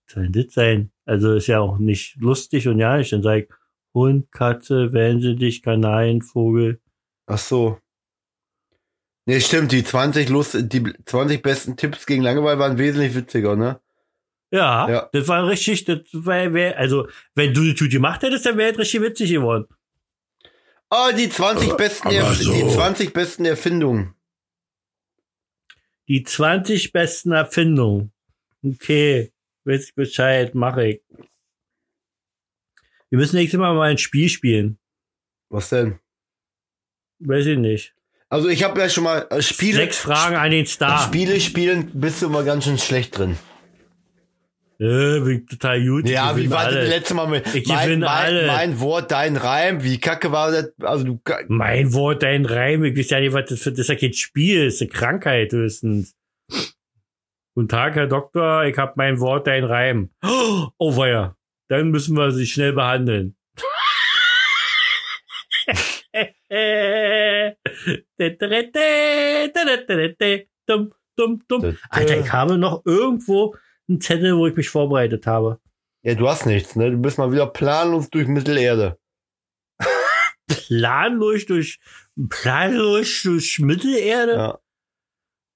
Speaker 1: Was soll denn das sein? Also ist ja auch nicht lustig und ja nicht. Dann sag ich, Hund, Katze, Wellensittich, Kanaren, Vogel.
Speaker 2: Ach so. Nee, stimmt, die 20 Lust, die 20 besten Tipps gegen Langeweile waren wesentlich witziger, ne?
Speaker 1: Ja,
Speaker 2: Ja.
Speaker 1: das war richtig, das war, wär, also, wenn du die Tüte gemacht hättest, dann wäre es richtig witzig geworden.
Speaker 2: Oh, die 20
Speaker 4: Aber-
Speaker 2: besten,
Speaker 4: aber
Speaker 2: Erf
Speaker 4: so.
Speaker 2: die 20 besten Erfindungen.
Speaker 1: Die 20 besten Erfindungen. Okay, weiß ich Bescheid, mache ich. Wir müssen nächstes Mal mal ein Spiel spielen.
Speaker 2: Was denn?
Speaker 1: Weiß ich nicht.
Speaker 2: Also ich habe ja schon mal äh, Spiele.
Speaker 1: Sechs Fragen an den Star.
Speaker 2: Spiele spielen bist du immer ganz schön schlecht drin.
Speaker 1: Äh, bin ich total gut. ich
Speaker 2: Ja, wie
Speaker 1: gewinne
Speaker 2: war das
Speaker 1: alle.
Speaker 2: letzte Mal mit
Speaker 1: Ich
Speaker 2: mein,
Speaker 1: gewinne
Speaker 2: mein,
Speaker 1: alle.
Speaker 2: mein Wort, dein Reim, wie kacke war das? Also du ka-
Speaker 1: Mein Wort, dein Reim. Ich weiß ja nicht, was das für, das ist ja kein Spiel, das ist eine Krankheit höchstens. Guten Tag, Herr Doktor, ich habe mein Wort, dein Reim. Oh, weia. Dann müssen wir sie schnell behandeln. Dum, dum, dum. Alter, ich habe noch irgendwo einen Zettel, wo ich mich vorbereitet habe.
Speaker 2: Ja, du hast nichts, ne? Du bist mal wieder planlos durch Mittelerde.
Speaker 1: planlos durch, planlos durch Mittelerde.
Speaker 2: Ja.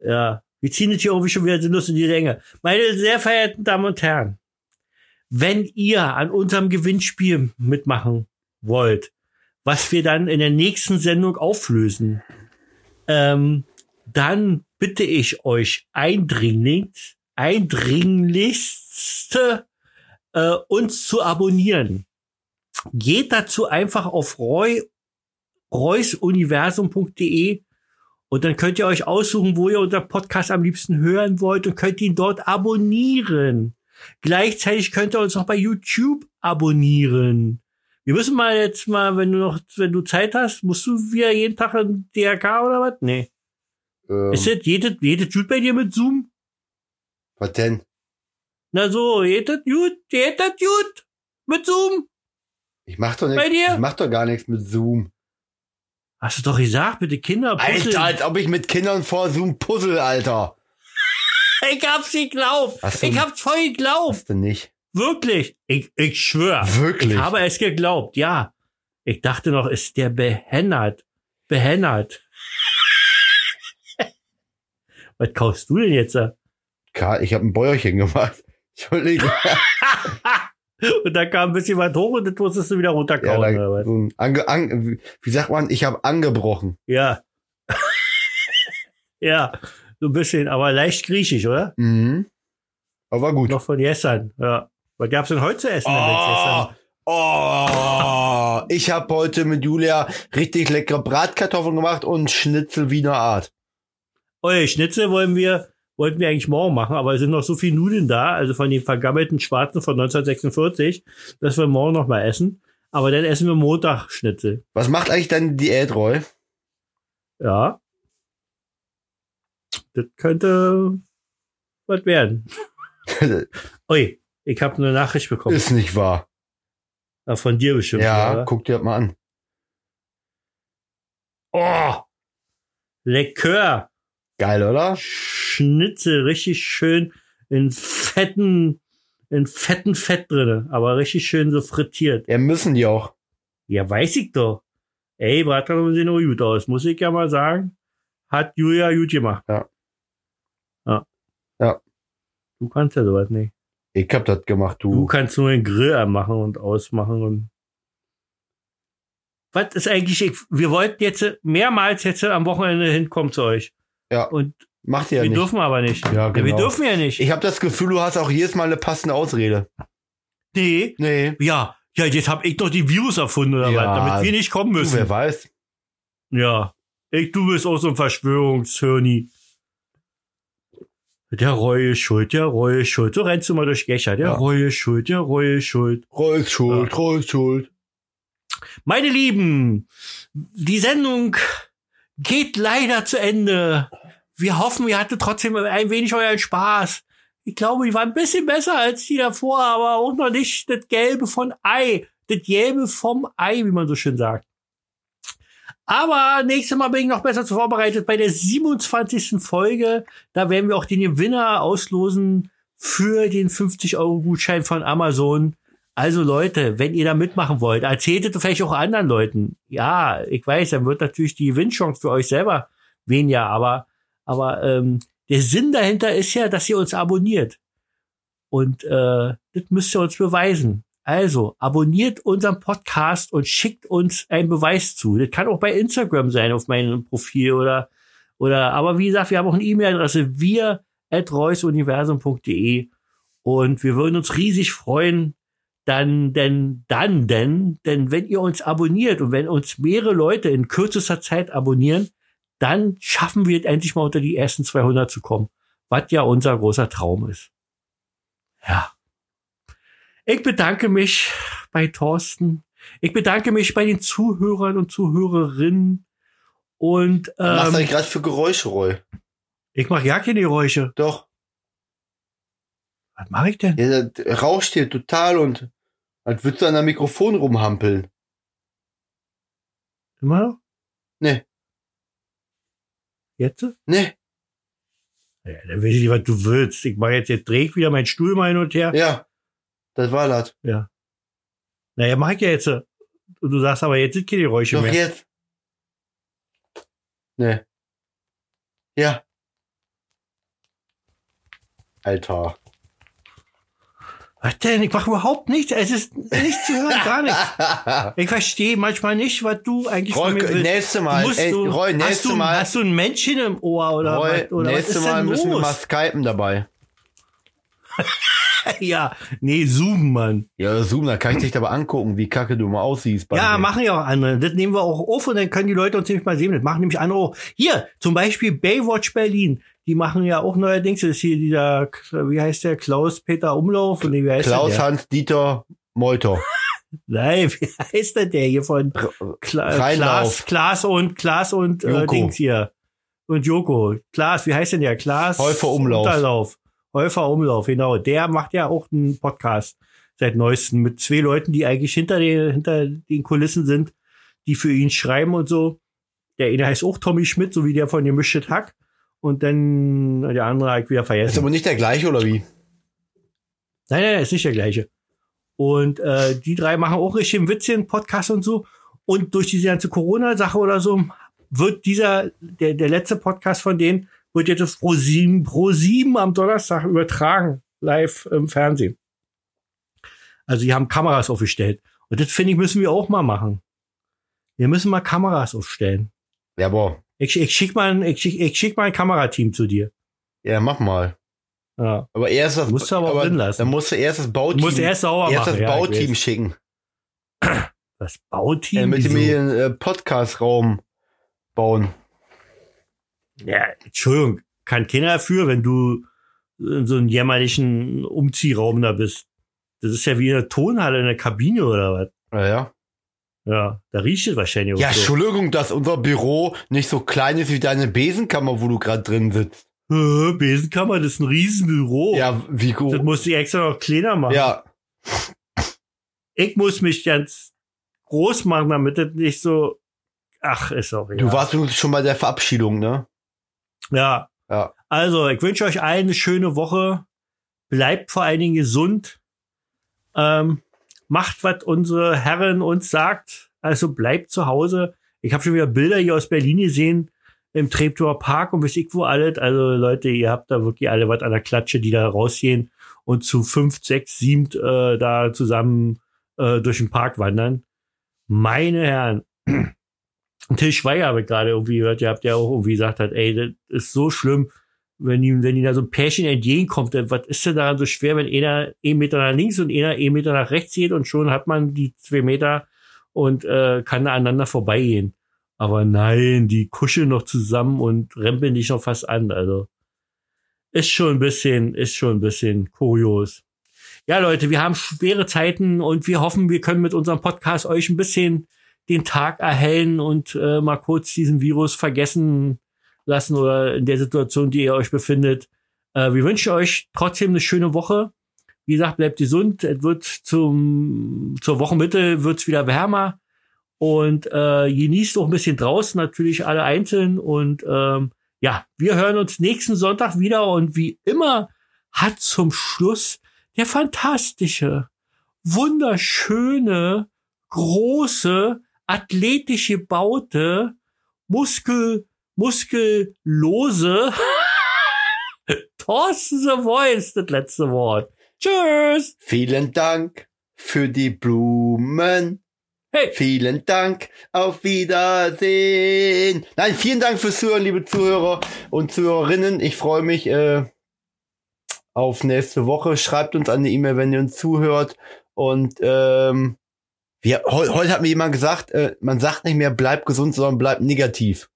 Speaker 1: Ja. Wir ziehen jetzt hier irgendwie schon wieder sinnlos in die Länge. Meine sehr verehrten Damen und Herren, wenn ihr an unserem Gewinnspiel mitmachen wollt, was wir dann in der nächsten Sendung auflösen, ähm, dann bitte ich euch eindringlichst, eindringlichst äh, uns zu abonnieren geht dazu einfach auf roy, reusuniversum.de und dann könnt ihr euch aussuchen, wo ihr unseren Podcast am liebsten hören wollt und könnt ihn dort abonnieren. Gleichzeitig könnt ihr uns noch bei YouTube abonnieren. Wir müssen mal jetzt mal, wenn du noch, wenn du Zeit hast, musst du wieder jeden Tag in DRK oder was? Nee.
Speaker 2: Ähm,
Speaker 1: Ist das jedes, jedes Jut bei dir mit Zoom?
Speaker 2: was denn?
Speaker 1: Na so, jedes Jut, jedes Jut mit Zoom?
Speaker 2: Ich mach doch
Speaker 1: Bei
Speaker 2: nichts.
Speaker 1: dir?
Speaker 2: Ich mach doch gar nichts mit Zoom.
Speaker 1: Hast du doch gesagt, bitte Kinder, puzzeln.
Speaker 2: Alter, als ob ich mit Kindern vor Zoom puzzle, Alter.
Speaker 1: Ich hab's geglaubt.
Speaker 2: Hast du-
Speaker 1: Ich hab's voll geglaubt.
Speaker 2: Hast du nicht?
Speaker 1: Wirklich. Ich, ich schwör.
Speaker 2: Wirklich?
Speaker 1: Ah, Ich habe es geglaubt, ja. Ich dachte noch, ist der behennert. Behennert. Was kaufst du denn jetzt? äh?
Speaker 2: Ka- Ich habe ein Bäuerchen gemacht. Entschuldigung.
Speaker 1: Und da kam ein bisschen was hoch und das musstest du wieder
Speaker 2: Ja,
Speaker 1: runterkauen.
Speaker 2: da,
Speaker 1: oder was?
Speaker 2: so ein ange, an, wie sagt man? Ich habe angebrochen.
Speaker 1: ja. ja, so ein bisschen, aber leicht griechisch, oder?
Speaker 2: Mhm. Aber war gut.
Speaker 1: Noch von gestern, ja. Was gab's denn heute zu essen? denn jetzt
Speaker 2: Oh,
Speaker 1: gestern?
Speaker 2: oh, ich habe heute mit Julia richtig leckere Bratkartoffeln gemacht und Schnitzel Wiener Art.
Speaker 1: Oi, Schnitzel wollen wir, wollten wir eigentlich morgen machen, aber es sind noch so viele Nudeln da, also von den vergammelten Schwarzen von 1946, dass wir morgen noch mal essen. Aber dann essen wir Montag Schnitzel.
Speaker 2: Was macht eigentlich deine Diät, Roy?
Speaker 1: Ja. Das könnte was werden. Ui, ich habe eine Nachricht bekommen.
Speaker 2: Ist nicht wahr.
Speaker 1: Ah, von dir bestimmt.
Speaker 2: Ja,
Speaker 1: oder?
Speaker 2: guck dir das mal an.
Speaker 1: Oh! Lecker!
Speaker 2: Geil, oder?
Speaker 1: Schnitzel, richtig schön in fetten, in fetten Fett drinne, aber richtig schön so frittiert.
Speaker 2: Ja, müssen die auch.
Speaker 1: Ja, weiß ich doch. Ey, Bratkartoffeln sehen auch gut aus, muss ich ja mal sagen. Hat Julia gut gemacht.
Speaker 2: Ja.
Speaker 1: Ja.
Speaker 2: Ja.
Speaker 1: Du kannst ja sowas nicht.
Speaker 2: Ich hab das gemacht,
Speaker 1: Du
Speaker 2: du.
Speaker 1: kannst nur den Grill anmachen und ausmachen und was ist eigentlich, ich, wir wollten jetzt mehrmals jetzt am Wochenende hinkommen zu euch.
Speaker 2: Ja.
Speaker 1: Und
Speaker 2: Macht ihr ja
Speaker 1: wir
Speaker 2: nicht.
Speaker 1: dürfen aber nicht.
Speaker 2: Ja,
Speaker 1: Wir
Speaker 2: genau.
Speaker 1: dürfen ja nicht.
Speaker 2: Ich habe das Gefühl, du hast auch jedes Mal eine passende Ausrede.
Speaker 1: nee.
Speaker 2: Nee.
Speaker 1: Ja. Ja, jetzt habe ich doch die Virus erfunden oder
Speaker 2: Ja.
Speaker 1: was, damit wir nicht kommen
Speaker 2: Du,
Speaker 1: müssen.
Speaker 2: wer weiß.
Speaker 1: Ja. Ich, du bist auch so ein Verschwörungshirni. Der Reue ist schuld, der Reue ist schuld. So rennst du mal durch Gächer. Der
Speaker 2: Ja.
Speaker 1: Reue ist schuld, der Reue ist schuld.
Speaker 2: Roy ist schuld,
Speaker 1: Ja.
Speaker 2: Roy ist schuld.
Speaker 1: Meine Lieben, die Sendung geht leider zu Ende. Wir hoffen, ihr hattet trotzdem ein wenig euren Spaß. Ich glaube, die war ein bisschen besser als die davor, aber auch noch nicht das Gelbe von Ei. Das Gelbe vom Ei, wie man so schön sagt. Aber nächstes Mal bin ich noch besser vorbereitet bei der 27. Folge. Da werden wir auch den Gewinner auslosen für den 50-Euro-Gutschein von Amazon. Also Leute, wenn ihr da mitmachen wollt, erzählt es vielleicht auch anderen Leuten. Ja, ich weiß, dann wird natürlich die Gewinnchance für euch selber weniger, aber, aber ähm, der Sinn dahinter ist ja, dass ihr uns abonniert. Und äh, das müsst ihr uns beweisen. Also, abonniert unseren Podcast und schickt uns einen Beweis zu. Das kann auch bei Instagram sein, auf meinem Profil oder, oder aber wie gesagt, wir haben auch eine E-Mail-Adresse, wir at reusuniversum.de und wir würden uns riesig freuen, dann, denn, dann, denn, denn wenn ihr uns abonniert und wenn uns mehrere Leute in kürzester Zeit abonnieren, dann schaffen wir es endlich mal unter die ersten 200 zu kommen, was ja unser großer Traum ist. Ja. Ich bedanke mich bei Thorsten. Ich bedanke mich bei den Zuhörern und Zuhörerinnen. Und
Speaker 2: Was Machst du
Speaker 1: ähm,
Speaker 2: eigentlich gerade für Geräusche, Roy?
Speaker 1: ich mache ja keine Geräusche.
Speaker 2: Doch.
Speaker 1: Was mache ich denn?
Speaker 2: Ja, das rauscht hier total und als würdest du an einem Mikrofon rumhampeln.
Speaker 1: Immer noch?
Speaker 2: Nee.
Speaker 1: Jetzt?
Speaker 2: Ne?
Speaker 1: Ja, dann will ich nicht, was du willst. Ich mache jetzt, jetzt dreh ich wieder meinen Stuhl mal hin und her.
Speaker 2: Ja. Das war das.
Speaker 1: Naja, mach ich ja jetzt. Und du sagst aber, jetzt sind keine Geräusche
Speaker 2: Doch
Speaker 1: mehr.
Speaker 2: jetzt. Ne. Ja. Alter.
Speaker 1: Was denn? Ich mache überhaupt nichts. Es ist nichts zu hören, gar nichts. Ich verstehe manchmal nicht, was du eigentlich
Speaker 2: Roy,
Speaker 1: von mir willst.
Speaker 2: nächste Mal.
Speaker 1: Du musst,
Speaker 2: ey,
Speaker 1: du,
Speaker 2: Roy,
Speaker 1: hast,
Speaker 2: nächste
Speaker 1: du,
Speaker 2: Mal.
Speaker 1: hast du ein Männchen im Ohr oder
Speaker 2: Roy,
Speaker 1: was? Oder was
Speaker 2: nächste
Speaker 1: ist
Speaker 2: Mal
Speaker 1: denn
Speaker 2: müssen wir mal
Speaker 1: los?
Speaker 2: skypen dabei.
Speaker 1: ja, nee, Zoom, Mann.
Speaker 2: Ja, Zoom, da kann ich dich dabei angucken, wie kacke du mal aussiehst. bei
Speaker 1: Ja,
Speaker 2: mir.
Speaker 1: machen ja auch andere. Das nehmen wir auch auf und dann können die Leute uns nämlich mal sehen. Das machen nämlich andere auch. Hier, zum Beispiel Baywatch Berlin. Die machen ja auch neuerdings, das ist hier dieser, wie heißt der, Klaus-Peter Umlauf? Nee, wie heißt der?
Speaker 2: Klaus, Hans, Dieter, Meuter.
Speaker 1: Nein, wie heißt denn der hier von Kla Klaas,
Speaker 2: Reinlauf.
Speaker 1: Klaas und Klaas und äh,
Speaker 2: Joko.
Speaker 1: Dings hier? Und Joko. Klaas, wie heißt denn der? Klaas
Speaker 2: Häufer Umlauf.
Speaker 1: Unterlauf. Häufer Umlauf, genau. Der macht ja auch einen Podcast seit neuestem mit zwei Leuten, die eigentlich hinter den, hinter den Kulissen sind, die für ihn schreiben und so. Der eine heißt auch Tommy Schmidt, so wie der von dem Mischet Hack. Und dann der andere habe ich wieder
Speaker 2: Ist
Speaker 1: vergessen.
Speaker 2: aber nicht der gleiche, oder wie?
Speaker 1: Nein, nein, nein, ist nicht der gleiche. Und äh, die drei machen auch richtig einen Witzchen, Podcast und so. Und durch diese ganze Corona-Sache oder so wird dieser, der, der letzte Podcast von denen, wird jetzt auf Pro 7, Pro 7 am Donnerstag übertragen, live im Fernsehen. Also die haben Kameras aufgestellt. Und das finde ich, müssen wir auch mal machen. Wir müssen mal Kameras aufstellen.
Speaker 2: Ja, boah.
Speaker 1: Ich, ich schicke mal, ein- ich schick, ich schick mal ein Kamerateam zu dir.
Speaker 2: Ja, mach mal.
Speaker 1: Ja.
Speaker 2: Aber erst das,
Speaker 1: Musst du aber auch drin lassen.
Speaker 2: Dann musst du erst das
Speaker 1: Du
Speaker 2: Bauteam,
Speaker 1: musst erst sauber
Speaker 2: erst
Speaker 1: machen.
Speaker 2: das
Speaker 1: ja, ich
Speaker 2: Bauteam
Speaker 1: weiß.
Speaker 2: schicken.
Speaker 1: Das
Speaker 2: Äh,
Speaker 1: Bauteam.
Speaker 2: mit dem
Speaker 1: wieso?
Speaker 2: hier einen, äh, Podcast-Raum bauen.
Speaker 1: Ja, Entschuldigung, kann keiner dafür, wenn du in so einem jämmerlichen Umziehraum da bist. Das ist ja wie eine Tonhalle in der Kabine oder was.
Speaker 2: Ja, ja.
Speaker 1: Ja, da riecht es wahrscheinlich auch
Speaker 2: ja,
Speaker 1: so.
Speaker 2: Entschuldigung, dass unser Büro nicht so klein ist wie deine Besenkammer, wo du gerade drin sitzt.
Speaker 1: Äh, Besenkammer, das ist ein Riesenbüro.
Speaker 2: Ja, wie
Speaker 1: Oh. Das
Speaker 2: gut.
Speaker 1: musste ich extra noch kleiner machen.
Speaker 2: Ja,
Speaker 1: Ich muss mich ganz groß machen, damit das nicht so. Ach, ist auch egal.
Speaker 2: du warst übrigens schon bei der Verabschiedung, ne?
Speaker 1: Ja.
Speaker 2: Ja.
Speaker 1: Also, ich wünsche euch allen eine schöne Woche. Bleibt vor allen Dingen gesund. Ähm, macht, was unsere Herren uns sagt. Also bleibt zu Hause. Ich habe schon wieder Bilder hier aus Berlin gesehen, im Treptower Park und weiß ich wo alles. Also Leute, ihr habt da wirklich alle was an der Klatsche, die da rausgehen und zu fünf, sechs, sieben äh, da zusammen äh, durch den Park wandern. Meine Herren, Till Schweiger habe ich gerade irgendwie gehört, ihr habt ja auch irgendwie gesagt hat, ey, das ist so schlimm, wenn ihm, wenn ihm da so ein Pärchen entgegenkommt, dann, was ist denn daran so schwer, wenn einer eh Meter nach links und einer eh Meter nach rechts geht und schon hat man die zwei Meter und äh, kann da aneinander vorbeigehen. Aber nein, die kuscheln noch zusammen und rempeln dich noch fast an. Also ist schon ein bisschen, ist schon ein bisschen kurios. Ja, Leute, wir haben schwere Zeiten und wir hoffen, wir können mit unserem Podcast euch ein bisschen den Tag erhellen und äh, mal kurz diesen Virus vergessen lassen oder in der Situation, die ihr euch befindet. Äh, wir wünschen euch trotzdem eine schöne Woche. Wie gesagt, bleibt gesund. Es wird zum, zur Wochenmitte wird's wieder wärmer. Und äh, genießt auch ein bisschen draußen, natürlich alle einzeln. Und ähm, ja, wir hören uns nächsten Sonntag wieder. Und wie immer hat zum Schluss der fantastische, wunderschöne, große, athletisch gebaute, muskel, muskellose Thorsten The Voice, das letzte Wort. Tschüss!
Speaker 2: Vielen Dank für die Blumen.
Speaker 1: Hey.
Speaker 2: Vielen Dank. Auf Wiedersehen. Nein, vielen Dank fürs Zuhören, liebe Zuhörer und Zuhörerinnen. Ich freue mich äh, auf nächste Woche. Schreibt uns eine E-Mail, wenn ihr uns zuhört. Und ähm, wir, heu, heute hat mir jemand gesagt, äh, man sagt nicht mehr bleib gesund, sondern bleib negativ.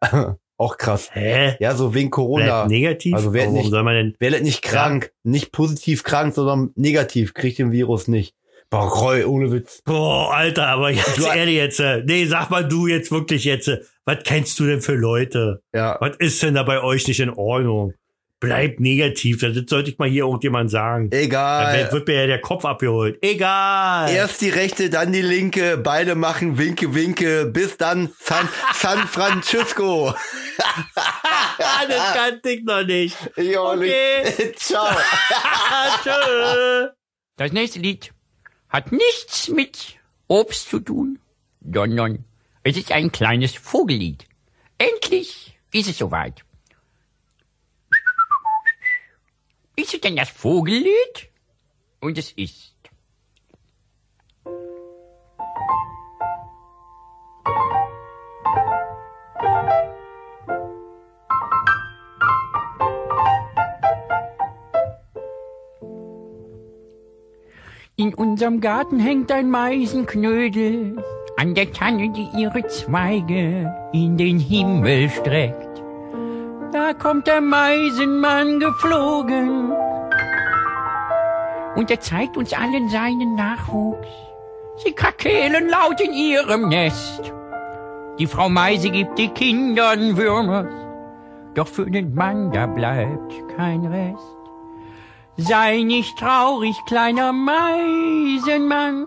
Speaker 2: Auch krass.
Speaker 1: Hä?
Speaker 2: Ja, so wegen Corona.
Speaker 1: Bleibt negativ?
Speaker 2: Also wer
Speaker 1: Warum
Speaker 2: nicht-
Speaker 1: soll man denn?
Speaker 2: Werdet nicht krank. Nicht positiv krank, sondern negativ. Kriegt den Virus nicht. Boah, Roy, ohne Witz.
Speaker 1: Boah, Alter, aber jetzt
Speaker 2: Du-
Speaker 1: ehrlich jetzt. äh, Nee, sag mal du jetzt wirklich jetzt. äh, Was kennst du denn für Leute?
Speaker 2: Ja.
Speaker 1: Was ist denn da bei euch nicht in Ordnung? Bleibt negativ. Das sollte ich mal hier irgendjemand sagen. Dann
Speaker 2: Egal.
Speaker 1: wird mir ja der Kopf abgeholt. Egal.
Speaker 2: Erst die rechte, dann die linke. Beide machen Winke, Winke. Bis dann San, San Francisco.
Speaker 1: Ah, das kannte ich noch nicht.
Speaker 2: Ich auch
Speaker 1: Okay.
Speaker 2: nicht. Ciao.
Speaker 1: Ah, tschö.
Speaker 5: Das nächste Lied hat nichts mit Obst zu tun, sondern es ist ein kleines Vogellied. Endlich ist es soweit. Ist es denn das Vogellied? Und es ist. In unserem Garten hängt ein Meisenknödel, an der Tanne, die ihre Zweige in den Himmel streckt. Da kommt der Meisenmann geflogen und er zeigt uns allen seinen Nachwuchs. Sie kakelen laut in ihrem Nest. Die Frau Meise gibt die Kindern Würmers, doch für den Mann da bleibt kein Rest. Sei nicht traurig, kleiner Meisenmann,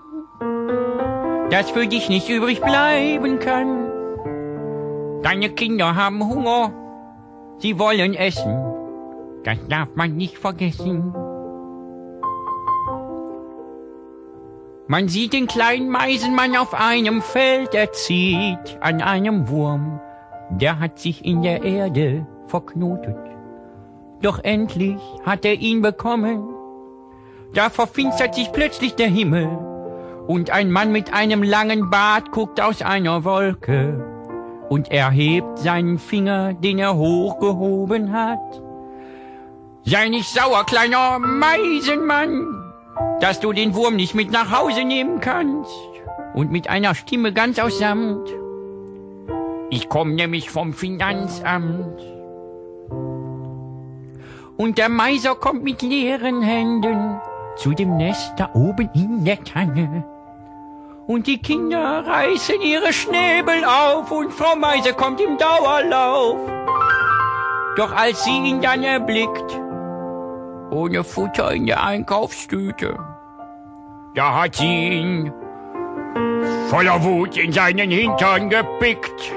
Speaker 5: dass für dich nicht übrig bleiben kann. Deine Kinder haben Hunger, sie wollen essen, das darf man nicht vergessen. Man sieht den kleinen Meisenmann auf einem Feld, er zieht an einem Wurm, der hat sich in der Erde verknotet. Doch endlich hat er ihn bekommen. Da verfinstert sich plötzlich der Himmel und ein Mann mit einem langen Bart guckt aus einer Wolke und er hebt seinen Finger, den er hochgehoben hat. Sei nicht sauer, kleiner Meisenmann, dass du den Wurm nicht mit nach Hause nehmen kannst. Und mit einer Stimme ganz aus Samt. Ich komme nämlich vom Finanzamt. Und der Meiser kommt mit leeren Händen zu dem Nest da oben in der Tanne. Und die Kinder reißen ihre Schnäbel auf und Frau Meise kommt im Dauerlauf. Doch als sie ihn dann erblickt, ohne Futter in der Einkaufstüte, da hat sie ihn voller Wut in seinen Hintern gepickt.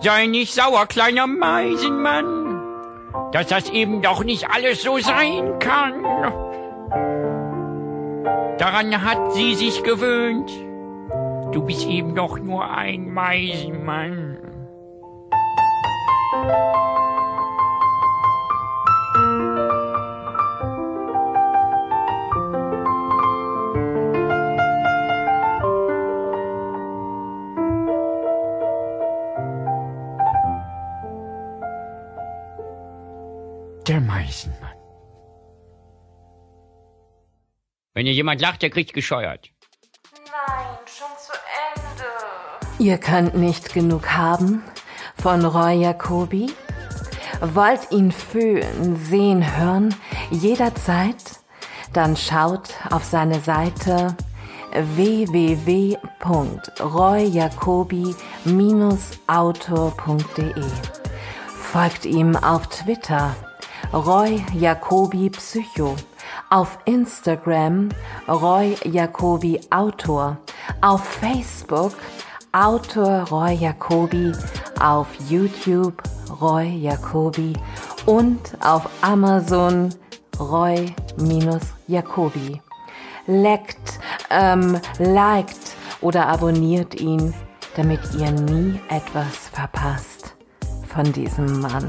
Speaker 5: Sei nicht sauer, kleiner Meisenmann, dass das eben doch nicht alles so sein kann. Daran hat sie sich gewöhnt. Du bist eben doch nur ein Meisenmann. der Meisenmann. Wenn hier jemand lacht, der kriegt gescheuert.
Speaker 6: Nein, schon zu Ende.
Speaker 3: Ihr könnt nicht genug haben von Roy Jacobi. Wollt ihn fühlen, sehen, hören, jederzeit? Dann schaut auf seine Seite www.royjacobi-autor.de. Folgt ihm auf Twitter Roy Jacobi Psycho, auf Instagram Roy Jacobi Autor, auf Facebook Autor Roy Jacobi, auf YouTube Roy Jacobi und auf Amazon Roy-Jacobi. Leckt, ähm, liked oder abonniert ihn, damit ihr nie etwas verpasst von diesem Mann.